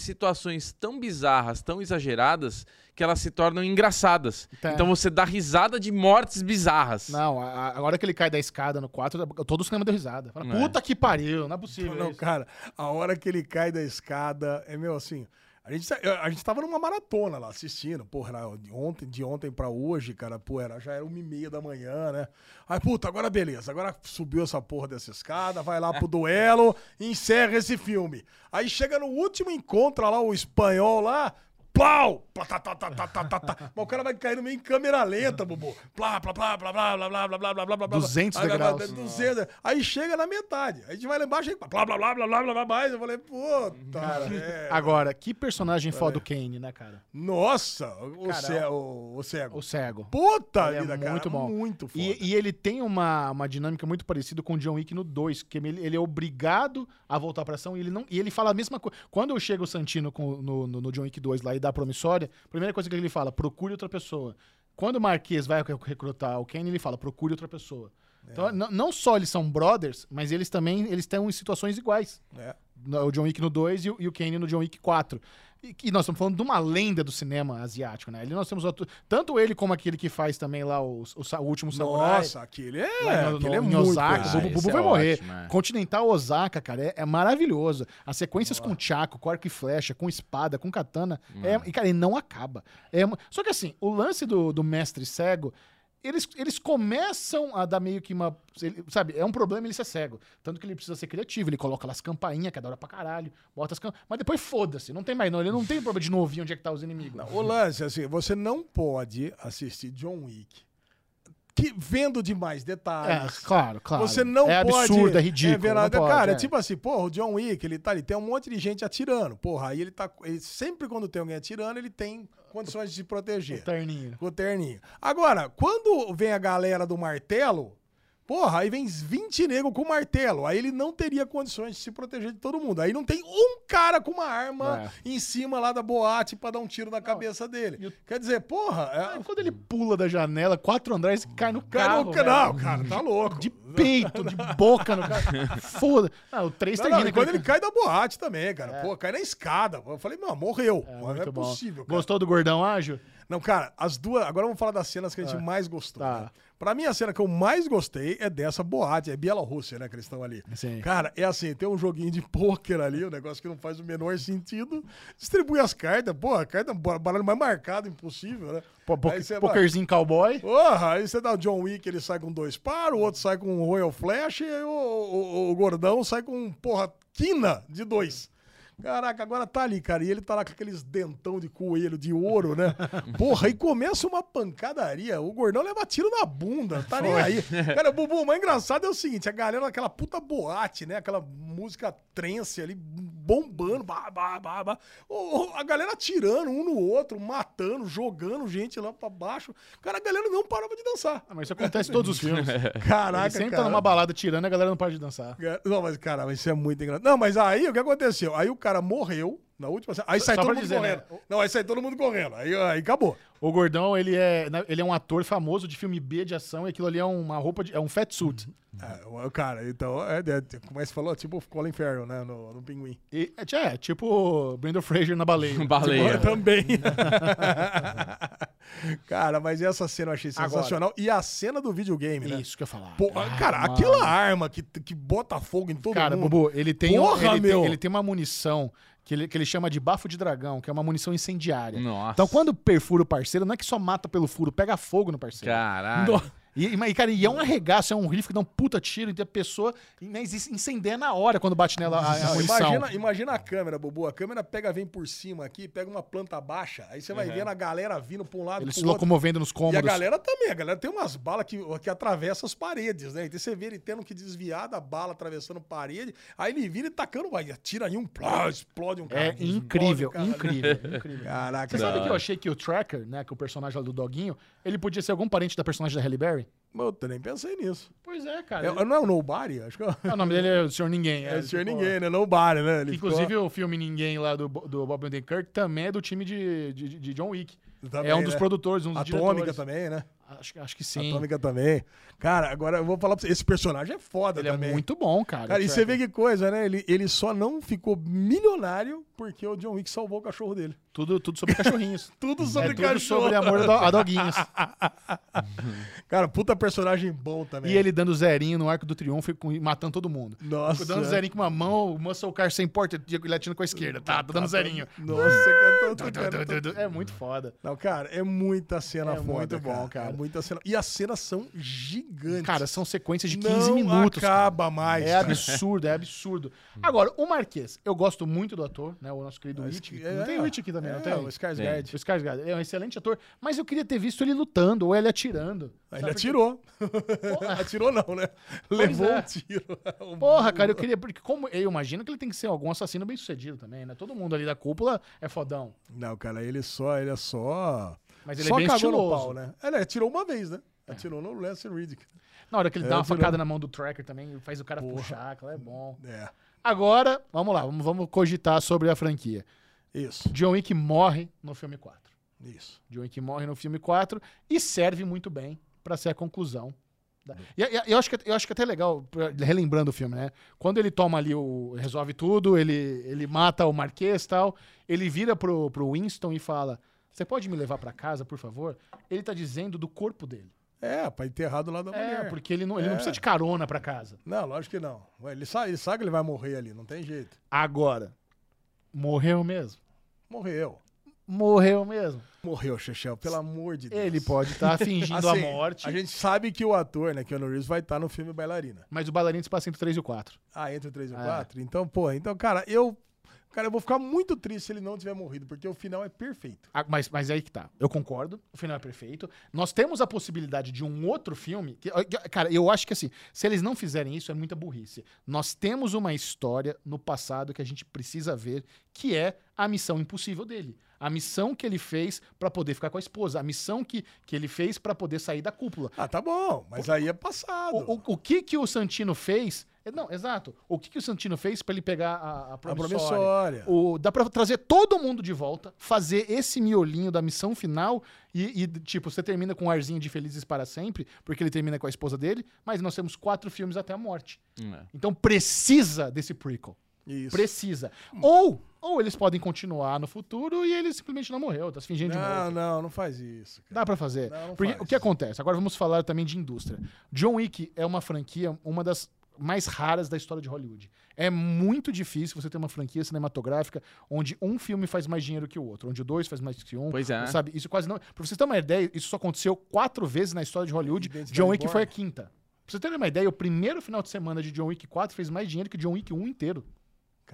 B: situações tão bizarras, tão exageradas, que elas se tornam engraçadas.
D: Tá.
B: Então você dá risada de mortes bizarras.
D: Não, a, a hora que ele cai da escada no 4, todo o cinema deu risada. Fala,
B: É.
D: Puta que pariu, não é possível.
A: Né? Não,
D: isso.
A: cara, a hora que ele cai da escada, é meu assim. A gente, tá- a gente tava numa maratona lá assistindo, porra, era de ontem, de ontem pra hoje, cara, pô, era, já era uma e meia da manhã, né? Aí, puta, agora beleza, agora subiu essa porra dessa escada, vai lá pro duelo e encerra esse filme. Aí chega no último encontro lá, o espanhol lá, pau! Plá, tá, tá, tá, tá, tá, tá, tá. Mas o cara vai caindo meio em câmera lenta, bobo. Plá, plá, plá, plá, blá, blá, blá, blá, blá, blá, blá, blá, blá.
D: 200
A: Aí vai- vai-
D: degraus.
A: 200. Aí chega na metade. A gente vai lá embaixo e blá blá blá blá blá blá blá mais. Eu falei, puta. é.
D: Agora, que personagem foda o Kane, né, cara?
A: Nossa, o, ce- o, o cego.
D: O cego.
A: Puta
D: Ele
A: vida,
D: é
A: cara.
D: muito bom.
A: Muito foda.
D: E, e ele tem uma, uma dinâmica muito parecida com o John Wick no 2, que ele, ele é obrigado a voltar pra ação e ele, não, e ele fala a mesma coisa. Quando eu chego o Santino com- no, no- no John Wick 2 lá e dá a promissória, a primeira coisa que ele fala, procure outra pessoa. Quando o Marquês vai recrutar o Kane, ele fala, procure outra pessoa.
A: É.
D: Então, não- não só eles são brothers, mas eles também eles estão em situações iguais.
A: É.
D: No- O John Wick no 2 e, o- e o Kane no John Wick 4. E, que nós estamos falando de uma lenda do cinema asiático, né? Ele, nós temos atu- tanto ele como aquele que faz também lá o, o sa- o último samurai.
A: Nossa, aquele é.
D: lá no-
A: aquele é
D: no- em
A: muito.
D: Osaka,
A: coisa.
D: o Bubu,
B: Ah,
D: Bubu
B: esse
D: vai
B: é
D: morrer.
B: ótimo, é.
D: Continental Osaka, cara, é, é maravilhoso. As sequências com Chaco, com arco e flecha, com espada, com katana,
A: Hum.
D: é, e, cara, e não acaba. É mu- só que assim, o lance do, do mestre cego, eles, eles começam a dar meio que uma. ele- sabe, é um problema ele ser cego. Tanto que ele precisa ser criativo, ele coloca lá as campainhas, que é da hora pra caralho, bota as campainhas. Mas depois foda-se, não tem mais não. Ele não tem problema de novinho onde é que tá os inimigos.
A: O lance, assim, você não pode assistir John Wick que, vendo demais
D: É,
A: detalhes.
D: claro, claro.
A: Você não
D: é
A: pode.
D: absurdo, é
A: É
D: ridículo.
A: verdade,
D: não pode,
A: cara, é.
D: é.
A: tipo assim, porra, o John Wick, ele tá ali, tem um monte de gente atirando. Porra, aí ele tá. Ele, sempre quando tem alguém atirando, ele tem condições de se proteger.
D: terninho.
A: Com o terninho. Agora, quando vem a galera do martelo, porra, aí vem 20 negros com martelo. Aí ele não teria condições de se proteger de todo mundo. Aí não tem um cara com uma arma
D: É.
A: em cima lá da boate pra dar um tiro na cabeça dele. Quer dizer, porra,
D: Aí
A: é,
D: Quando ele pula da janela, quatro andares, cai no
A: cara,
D: carro.
A: não,
D: velho.
A: não, cara, tá louco.
D: De peito, de boca no carro. Foda. Ah, o 3
A: Não, não,
D: termina.
A: e
D: com
A: quando ele cai da boate também, cara. Pô, cai na escada. Eu falei, mano, morreu.
D: É,
A: não é
D: muito bom.
A: possível, cara.
D: Gostou do gordão ágil?
A: Não, cara, as duas. Agora vamos falar das cenas que a gente mais gostou.
D: Tá.
A: né? Pra mim, a cena que eu mais gostei é dessa boate. É Bielorrússia, né, que eles estão ali.
D: Sim.
A: Cara, é assim: tem um joguinho de pôquer ali, um negócio que não faz o menor sentido. Distribui as cartas, porra, a carta é o baralho mais marcado impossível, né?
D: Pô,
A: Aí você vai-
D: poker, pokerzinho cowboy.
A: Porra, aí você dá o John Wick, ele sai com dois par, o outro sai com um Royal Flash, e aí o, o- o gordão sai com, porra, quina de dois. Caraca, agora tá ali, cara, e ele tá lá com aqueles dentão de coelho de ouro, né? Porra, e começa uma pancadaria, o gordão leva tiro na bunda, tá nem aí. Cara, Bubu, o mais engraçado é o seguinte, a galera naquela puta boate, né? Aquela música trance ali, bombando, bah, bah, bah, bah. O- o- a galera atirando um no outro, matando, jogando gente lá pra baixo. Cara, a galera não parava de dançar.
D: Ah, mas isso acontece em todos os filmes.
A: Caraca,
D: Ele sempre
A: cara.
D: tá numa balada tirando e a galera não para de dançar.
A: Cara, Não, mas, cara, mas isso é muito engraçado. Não, mas aí o que aconteceu? Aí o cara morreu na última. cena. Aí sai
D: só
A: todo
D: pra
A: mundo
D: dizer, né?
A: correndo. Não, aí sai todo mundo correndo. Aí, aí acabou.
D: O Gordão, ele é, na- ele é um ator famoso de filme B de ação e aquilo ali é uma roupa de. é um fatsuit.
A: É, o- o cara, então, é, é, como você falou, tipo o Colin Farrell, né? No, no Pinguim.
D: E- É, tch- é, tipo Brandon Fraser na baleia.
A: Eu
B: Baleia.
D: né?
A: também. cara, mas essa cena eu achei sensacional. E a cena do videogame, né?
D: Tipo, é Isso que eu ia falar.
A: Pô, cara, aquela arma que, que bota fogo em todo
D: Cara,
A: mundo.
D: Bubu, ele tem, um-
A: Porra,
D: ele,
A: meu!
D: Tem, ele tem uma munição que ele, que ele chama de bafo de dragão, que é uma munição incendiária.
B: Nossa.
D: Então, quando perfura o parceiro, não é que só mata pelo furo, pega fogo no parceiro.
B: Caralho.
D: E, e, mas, cara, e é um arregaço, é um rifle que dá um puta tiro e a pessoa mas isso incendeia na hora quando bate nela a, a munição.
A: Imagina, imagina a câmera, Bubu. A câmera pega, vem por cima aqui, pega uma planta baixa. Aí você vai
D: Uhum.
A: vendo a galera vindo pra um lado
D: Ele se
A: pro outro.
D: locomovendo
A: E
D: nos
A: a
D: cômodos.
A: galera também, a galera tem umas balas que, que atravessam as paredes, né? Então você vê ele tendo que desviar da bala atravessando parede, aí ele vira e tacando, vai, atira em um, plá, explode um
D: É
A: cara. explode um
D: incrível,
A: cara.
D: incrível, incrível.
A: Caraca,
D: Você sabe que eu achei que o Tracker, né, que o personagem lá do Doguinho, ele podia ser algum parente da personagem da Halle Berry?
A: Mano, eu nem pensei nisso.
D: Pois é, cara.
A: É, não é o Nobody? Acho que é,
D: Ah, o nome dele é o Senhor Ninguém.
A: é o Senhor
D: tipo,
A: Ninguém, né? Nobody, né? Ele
D: Inclusive,
A: ficou-
D: o filme Ninguém lá do, Bo- do Bob Odenkirk também é do time de, de, de John Wick.
A: Também,
D: é um dos
A: né?
D: produtores, um dos
A: Atômica
D: diretores.
A: também, né?
D: Acho, acho que sim.
A: Atômica também. Cara, agora eu vou falar pra você, esse personagem é foda
D: Ele
A: também.
D: é muito bom, cara.
A: Cara,
D: o
A: e você vê
D: Tracker.
A: que coisa, né? Ele, ele só não ficou milionário porque o John Wick salvou o cachorro dele.
D: Tudo, tudo sobre cachorrinhos.
A: Tudo
D: é
A: sobre
D: tudo
A: cachorro. É.
D: sobre amor a do- a doguinhos.
A: Cara, puta personagem bom também.
D: e ele dando zerinho no Arco do Triunfo e com- e matando todo mundo.
A: Nossa.
D: Dando zerinho com uma mão, o Muscle Car sem porta, ele atina com a esquerda. Tá, tá dando zerinho.
A: Nossa, cara, tô- tô- cara, tô-
D: É muito foda.
A: Não, cara, é muita cena
D: É
A: foda,
D: muito bom, cara.
A: É muita cena. E as cenas são gigantes.
D: Cara, são sequências de 15
A: não
D: minutos. cara.
A: acaba mais.
D: É
A: cara.
D: absurdo, é absurdo. Agora, o Marquês, eu gosto muito do ator, né? O nosso querido
A: Mas
D: Witch.
A: que-
D: não
A: é,
D: tem o Witch aqui também,
A: é,
D: não tem?
A: o Skarsgård.
D: O Skarsgård. Ele é um excelente ator, mas eu queria ter visto ele lutando ou ele atirando.
A: Ele
D: Sabe?
A: atirou. atirou não, né? Levou
D: é.
A: um tiro. Um
D: Porra, cara, eu queria. Porque como eu imagino que ele tem que ser algum assassino bem sucedido também, né? Todo mundo ali da cúpula é fodão.
A: Não, cara, ele só, ele é só.
D: Mas ele é
A: só
D: bem
A: cagou no
D: estiloso.
A: pau, né? Ele atirou uma vez, né?
D: É.
A: Atirou no Lance Riddick.
D: Na hora que ele
A: É,
D: dá uma
A: atirou.
D: facada na mão do tracker também, faz o cara puxar, que é bom.
A: É,
D: Agora, vamos lá, vamos, vamos cogitar sobre a franquia.
A: É, isso,
D: John Wick morre no filme 4.
A: isso.
D: John Wick um morre no filme 4 e serve muito bem pra ser a conclusão. da- E, e- eu, acho que, eu acho que até é legal, pra- relembrando o filme, né? Quando ele toma ali o. resolve tudo, ele, ele mata o Marquês e tal, ele vira pro, pro Winston e fala: Você pode me levar pra casa, por favor? Ele tá dizendo do corpo dele.
A: É, pra enterrar do lado da
D: É,
A: mulher.
D: porque ele não, ele não precisa de carona pra casa.
A: Não, lógico que não. Ué, Ele sabe, ele sabe que ele vai morrer ali, não tem jeito.
D: Agora, morreu mesmo.
A: Morreu.
D: Morreu mesmo.
A: Morreu, Chechel, pelo amor de Deus.
D: Ele pode estar fingindo
A: Assim,
D: a morte,
A: A gente sabe que o ator, né, Keanu Reeves, vai estar no filme Bailarina.
D: mas o bailarino se passa entre o 3 e o 4.
A: Ah, entre o 3 e
D: É.
A: o 4? Então, pô, então, cara, eu. Cara, eu vou ficar muito triste se ele não tiver morrido, porque o final é perfeito.
D: Ah, Mas, mas aí que tá. Eu concordo. O final é perfeito. Nós temos a possibilidade de um outro filme. que- que- cara, eu acho que assim, se eles não fizerem isso, é muita burrice. Nós temos uma história no passado que a gente precisa ver, que é a missão impossível dele. A missão que ele fez pra poder ficar com a esposa. A missão que, que ele fez pra poder sair da cúpula.
A: Ah, tá bom, mas aí é passado.
D: O, o- o que que o Santino fez? é, Não, exato. O que que o Santino fez pra ele pegar a, a promissória?
A: É promissória.
D: O- dá pra trazer todo mundo de volta, fazer esse miolinho da missão final e, e, tipo, você termina com um arzinho de felizes para sempre, porque ele termina com a esposa dele, mas nós temos quatro filmes até a morte.
B: É.
D: Então precisa desse prequel.
A: Isso.
D: Precisa. Ou, ou eles podem continuar no futuro e ele simplesmente não morreu, tá se fingindo de
A: Não,
D: morto.
A: não, não faz isso. cara.
D: Dá pra fazer.
A: Não, não
D: Porque
A: faz.
D: o que acontece? Agora vamos falar também de indústria. John Wick é uma franquia, uma das mais raras da história de Hollywood. É muito difícil você ter uma franquia cinematográfica onde um filme faz mais dinheiro que o outro, onde o dois faz mais que um.
B: Pois é.
D: Sabe? Isso quase não. Pra vocês terem uma ideia, isso só aconteceu quatro vezes na história de Hollywood.
A: Identidade
D: John Wick
A: Born.
D: foi a quinta. Pra vocês terem uma ideia, o primeiro final de semana de John Wick 4 fez mais dinheiro que John Wick 1 inteiro.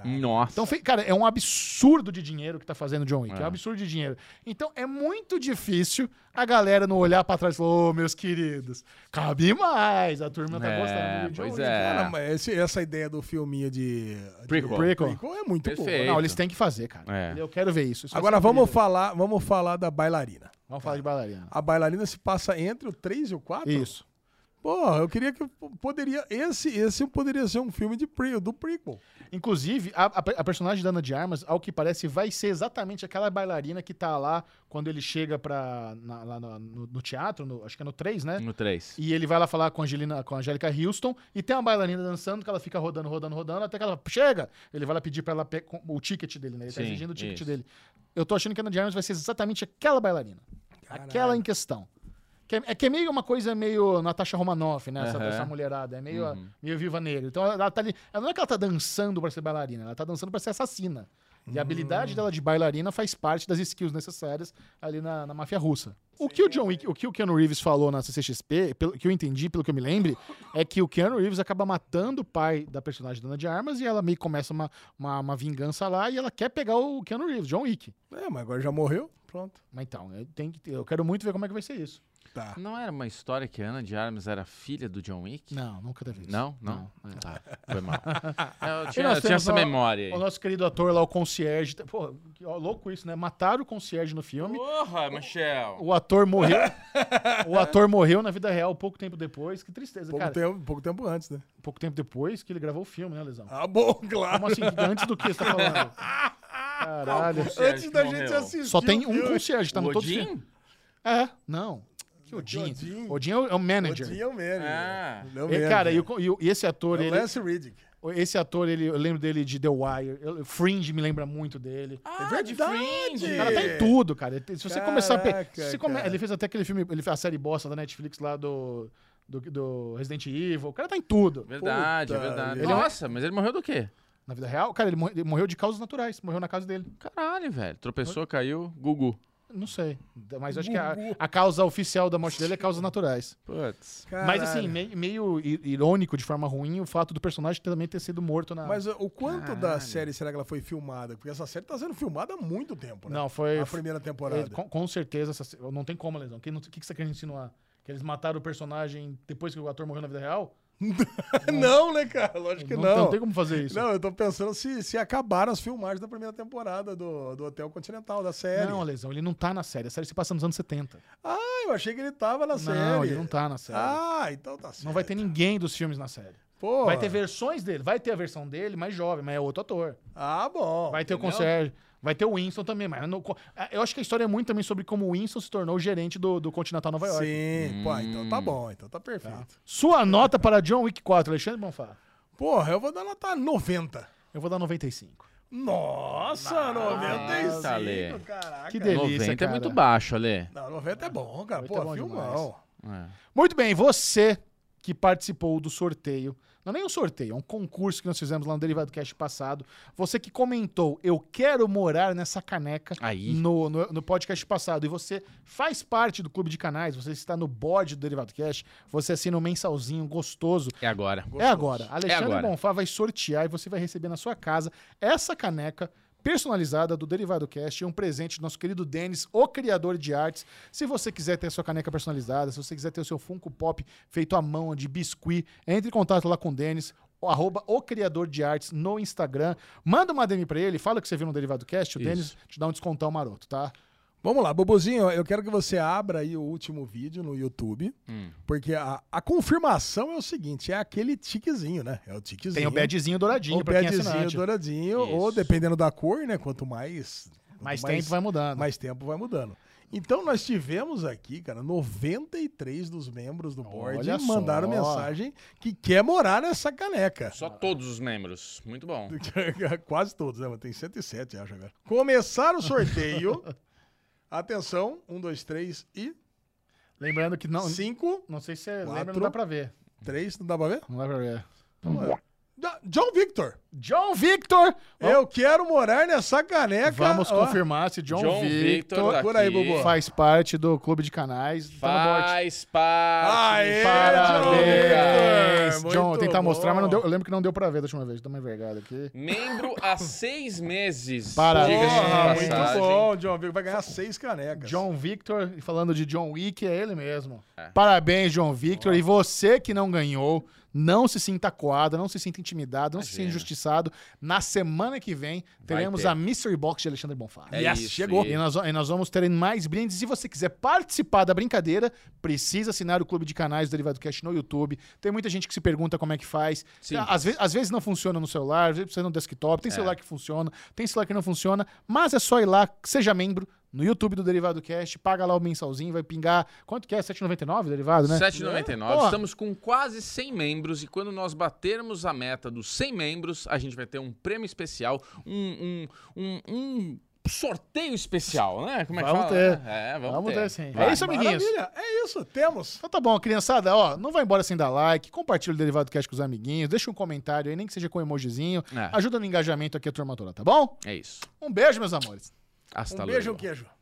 B: Nossa.
D: Então, fe- cara, é um absurdo de dinheiro que tá fazendo o John Wick. É.
B: É.
D: um absurdo de dinheiro. Então, é muito difícil a galera não olhar pra trás e falar, ô, meus queridos, cabe mais. A turma tá
B: É,
D: gostando do John
B: pois
D: Wick.
B: é.
A: Cara, mas esse- essa ideia do filminho de. de
B: Prequel.
A: prequel é muito boa.
B: Perfeito.
D: Não, eles têm que fazer, cara.
B: É.
D: Eu quero ver isso. Isso vai
A: Agora
D: ser
A: vamos Ah,
D: incrível.
A: falar, vamos falar da bailarina.
D: Vamos falar de bailarina.
A: A bailarina se passa entre o 3 e o 4?
D: Isso.
A: Porra, eu queria que p- poderia esse esse poderia ser um filme de pre, do prequel.
D: Inclusive, a, a pe- a personagem da Ana de Armas, ao que parece, vai ser exatamente aquela bailarina que tá lá quando ele chega pra, na- lá no, no- no teatro, no- acho que é no 3, né?
B: No 3.
D: E ele vai lá falar com a, Angelina, com a Angélica Houston e tem uma bailarina dançando que ela fica rodando, rodando, rodando, até que ela chega. Ele vai lá pedir pra ela pe- com- o ticket dele, né? Ele tá
B: Sim,
D: exigindo o ticket
B: isso.
D: dele. Eu tô achando que a Ana de Armas vai ser exatamente aquela bailarina. Aquela em questão. Que é, é que é meio uma coisa meio Natasha Romanoff, né? Essa,
B: Aham. Uhum.
D: essa mulherada. É meio, a- meio viva negra. Então ela, ela tá ali. Ela não é que ela tá dançando pra ser bailarina, ela tá dançando pra ser assassina. E a habilidade dela de bailarina faz parte das skills necessárias ali na, na máfia russa. O que o John Wick, o que o Keanu Reeves falou na CCXP, pelo que eu entendi, pelo que eu me lembre, é que o Keanu Reeves acaba matando o pai da personagem Dana de Armas e ela meio que começa uma, uma, uma vingança lá e ela quer pegar o Keanu Reeves, John Wick.
A: É, mas agora já morreu. Pronto.
D: Mas então, eu, tenho que- eu quero muito ver como é que vai ser isso.
A: Tá.
B: Não era uma história que a Ana de Armas era filha do John Wick?
D: Não, nunca teve isso.
B: Não? Não. Tá, foi mal. É, Eu
D: E
B: tinha,
D: nós
B: eu tinha
D: temos
B: essa
D: o-
B: memória
D: O
B: aí.
D: nosso querido ator lá, o concierge. tá- Pô, que ó, louco isso, né? Mataram o concierge no filme.
B: Porra, Michel.
D: O ator morreu. o ator morreu na vida real pouco tempo depois. Que tristeza,
A: Pouco,
D: cara.
A: tempo, pouco tempo antes, né?
D: Pouco tempo depois que ele gravou o filme, né, Lesão?
A: Ah, bom, claro.
D: Como assim? Antes do que você tá falando? Caralho.
A: Antes da gente
B: morreu?
A: assistir.
D: Só tem
A: o
D: um
A: filme.
D: concierge, tá
B: O
D: no todo
B: Odin?
D: filme. É, não. Que Odin?
A: Odin?
D: Odin, é o é o manager.
A: Odin é o Manny.
B: Ah.
A: velho. Ele é o
D: É,
A: Manny,
D: cara, e,
A: velho.
D: o co- e o- e esse ator,
A: É o
D: ele,
A: Lance Riddick.
D: esse ator, ele, eu lembro dele de The Wire, eu- Fringe me lembra muito dele.
B: Ah,
A: verdade.
D: O cara tá em tudo, cara. Ele tem- Se você começar a pe-
A: É. Caraca,
D: se você come-
A: cara.
D: Ele fez até aquele filme, ele fez a série bosta da Netflix lá do, do, do Resident Evil. O cara tá em tudo.
B: Verdade, é
A: Puta
B: verdade.
A: vida.
B: Nossa, mas ele morreu do quê?
D: Na vida real, cara, ele, morre- ele morreu de causas naturais. Morreu na casa dele.
B: Caralho, velho. Tropeçou, caiu, Gugu.
D: Não sei. Mas eu acho que a, a causa oficial da morte dele é causas naturais.
B: Putz.
D: Mas assim, mei- meio, i- irônico, de forma ruim, o fato do personagem também ter sido morto na.
A: Mas o quanto da série será que ela foi filmada? Porque essa série tá sendo filmada há muito tempo, né?
D: Não, foi.
A: A primeira temporada.
D: é, com, com certeza, essa se- não tem como, Lesão. O que, não- que, que você quer insinuar? Que eles mataram o personagem depois que o ator morreu na vida real?
A: não, né, cara? Lógico que não.
D: Não tem como fazer isso.
A: Não, eu tô pensando se, se acabaram as filmagens da primeira temporada do, do Hotel Continental, da série.
D: Não, Lesão, ele não tá na série. A série se passa nos anos 70.
A: Ah, eu achei que ele tava na série.
D: Não, ele não tá na série.
A: Ah, então tá certo.
D: não vai ter ninguém dos filmes na série.
A: Pô.
D: Vai ter versões dele. Vai ter a versão dele mais jovem, mas é outro ator.
A: Ah, bom.
D: Vai ter o concierge. Vai ter o Winston também, mas não- eu acho que a história é muito também sobre como o Winston se tornou gerente do, do Continental Nova York.
A: Sim,
B: Hum.
A: pô, então tá bom, então tá perfeito.
D: Sua nota para John Wick 4, Alexandre Bonfá?
A: Porra, eu vou dar nota 90.
D: Eu vou dar 95.
A: Nossa, 95,
B: Ale.
A: caraca.
D: Que delícia,
B: 90 é
D: cara.
B: muito baixo, Ale.
A: Não, 90 é bom, cara.
D: 90
A: Pô,
D: é bom
A: filmão.
D: demais. Muito bem, você que participou do sorteio, não é nem um sorteio, é um concurso que nós fizemos lá no Derivado Cast passado. Você que comentou, eu quero morar nessa caneca
B: Aí.
D: No, no, no podcast passado. E você faz parte do clube de canais, você está no board do Derivado Cast, você assina um mensalzinho gostoso.
B: É agora.
D: É agora. Alexandre
B: agora.
D: Bonfá vai sortear e você vai receber na sua casa essa caneca personalizada do Derivado Cast e um presente do nosso querido Denis, o criador de artes. Se você quiser ter a sua caneca personalizada, se você quiser ter o seu Funko Pop feito à mão, de biscuit, entre em contato lá com o Denis, o arroba o criador de artes no Instagram. Manda uma DM pra ele, fala que você viu no Derivado Cast, o
B: Isso.
D: Denis te dá um descontão maroto, tá?
A: Vamos lá, Bobozinho, eu quero que você abra aí o último vídeo no YouTube,
B: Hum.
A: porque a, a confirmação é o seguinte, é aquele tiquezinho, né? É o tiquezinho.
D: Tem o badzinho douradinho
A: o
D: pra quem é
A: badzinho
D: assinante.
A: douradinho,
B: Isso.
A: ou dependendo da cor, né? Quanto mais... quanto
D: Mais tempo vai mudando.
A: Mais tempo vai mudando. Então nós tivemos aqui, cara, 93 dos membros do board
D: Olha só.
A: mandaram mensagem que quer morar nessa caneca.
E: Só todos os membros. Muito bom.
A: Quase todos, né? Mas tem 107, acho agora. Começar o sorteio. Atenção, um, dois, três e
D: Lembrando que não.
A: cinco,
D: Não sei se você lembra,
A: Quatro.
D: não dá pra ver.
A: três, não dá pra ver?
D: Não dá pra ver.
A: Da- John Victor,
D: John Victor!
A: eu quero morar nessa caneca.
D: Vamos
A: Ó,
D: confirmar se John, Victor,
E: tá
A: Por aí,
E: aqui.
A: Bubu.
D: faz parte do clube de canais. Tá no board.
E: Faz parte.
A: Aê, John
D: Parabéns!
A: Victor!
D: John,
A: Muito
D: tentar mostrar,
A: bom.
D: mas não deu, eu lembro que não deu pra ver da última vez. Dá uma envergada aqui.
E: Membro há seis meses.
D: Parabéns.
E: Diga-se de
A: Porra,
D: Sim,
A: muito
E: passagem.
A: bom, John Victor. Vai ganhar seis canecas.
D: John Victor, e falando de John Wick, é ele mesmo. Parabéns, John Victor. E você que não ganhou, não se sinta coado, não se sinta intimidado, não se sinta
E: Imagina.
D: injustiçado. Na semana que vem,
E: Vai
D: teremos
E: ter.
D: a Mystery Box de Alexandre Bonfá.
E: É
A: Yes,
E: isso,
A: chegou.
D: E nós, e nós vamos ter mais brindes. Se você quiser participar da brincadeira, precisa assinar o clube de canais do Derivado Cast no YouTube. Tem muita gente que se pergunta como é que faz.
E: Sim. É.
D: Às, ve- às vezes não funciona no celular, às vezes precisa no desktop. Tem celular que funciona, tem celular que não funciona. Mas é só ir lá, seja membro no YouTube do Derivado Cast, paga lá o mensalzinho, vai pingar. Quanto que é? R$ 7,99 derivado, né?
E: 7,99.
D: Porra.
E: Estamos com quase 100 membros e quando nós batermos a meta dos 100 membros, a gente vai ter um prêmio especial, um, um, um, um sorteio especial, né? Como é que
D: Vamos
E: fala?
D: ter.
E: É, vamos,
D: Vamos
E: ter.
D: ter, sim.
E: Vai.
D: É isso, amiguinhos.
A: Maravilha. É isso, temos.
D: Então tá bom, criançada, ó, não vai embora sem dar like, compartilha o Derivado Cast com os amiguinhos, deixa um comentário aí, nem que seja com um emojizinho,
E: É.
D: ajuda no engajamento aqui a turma toda, tá bom?
E: É isso.
D: Um beijo, meus amores.
E: Hasta
A: Um
E: logo.
A: beijo, um queijo.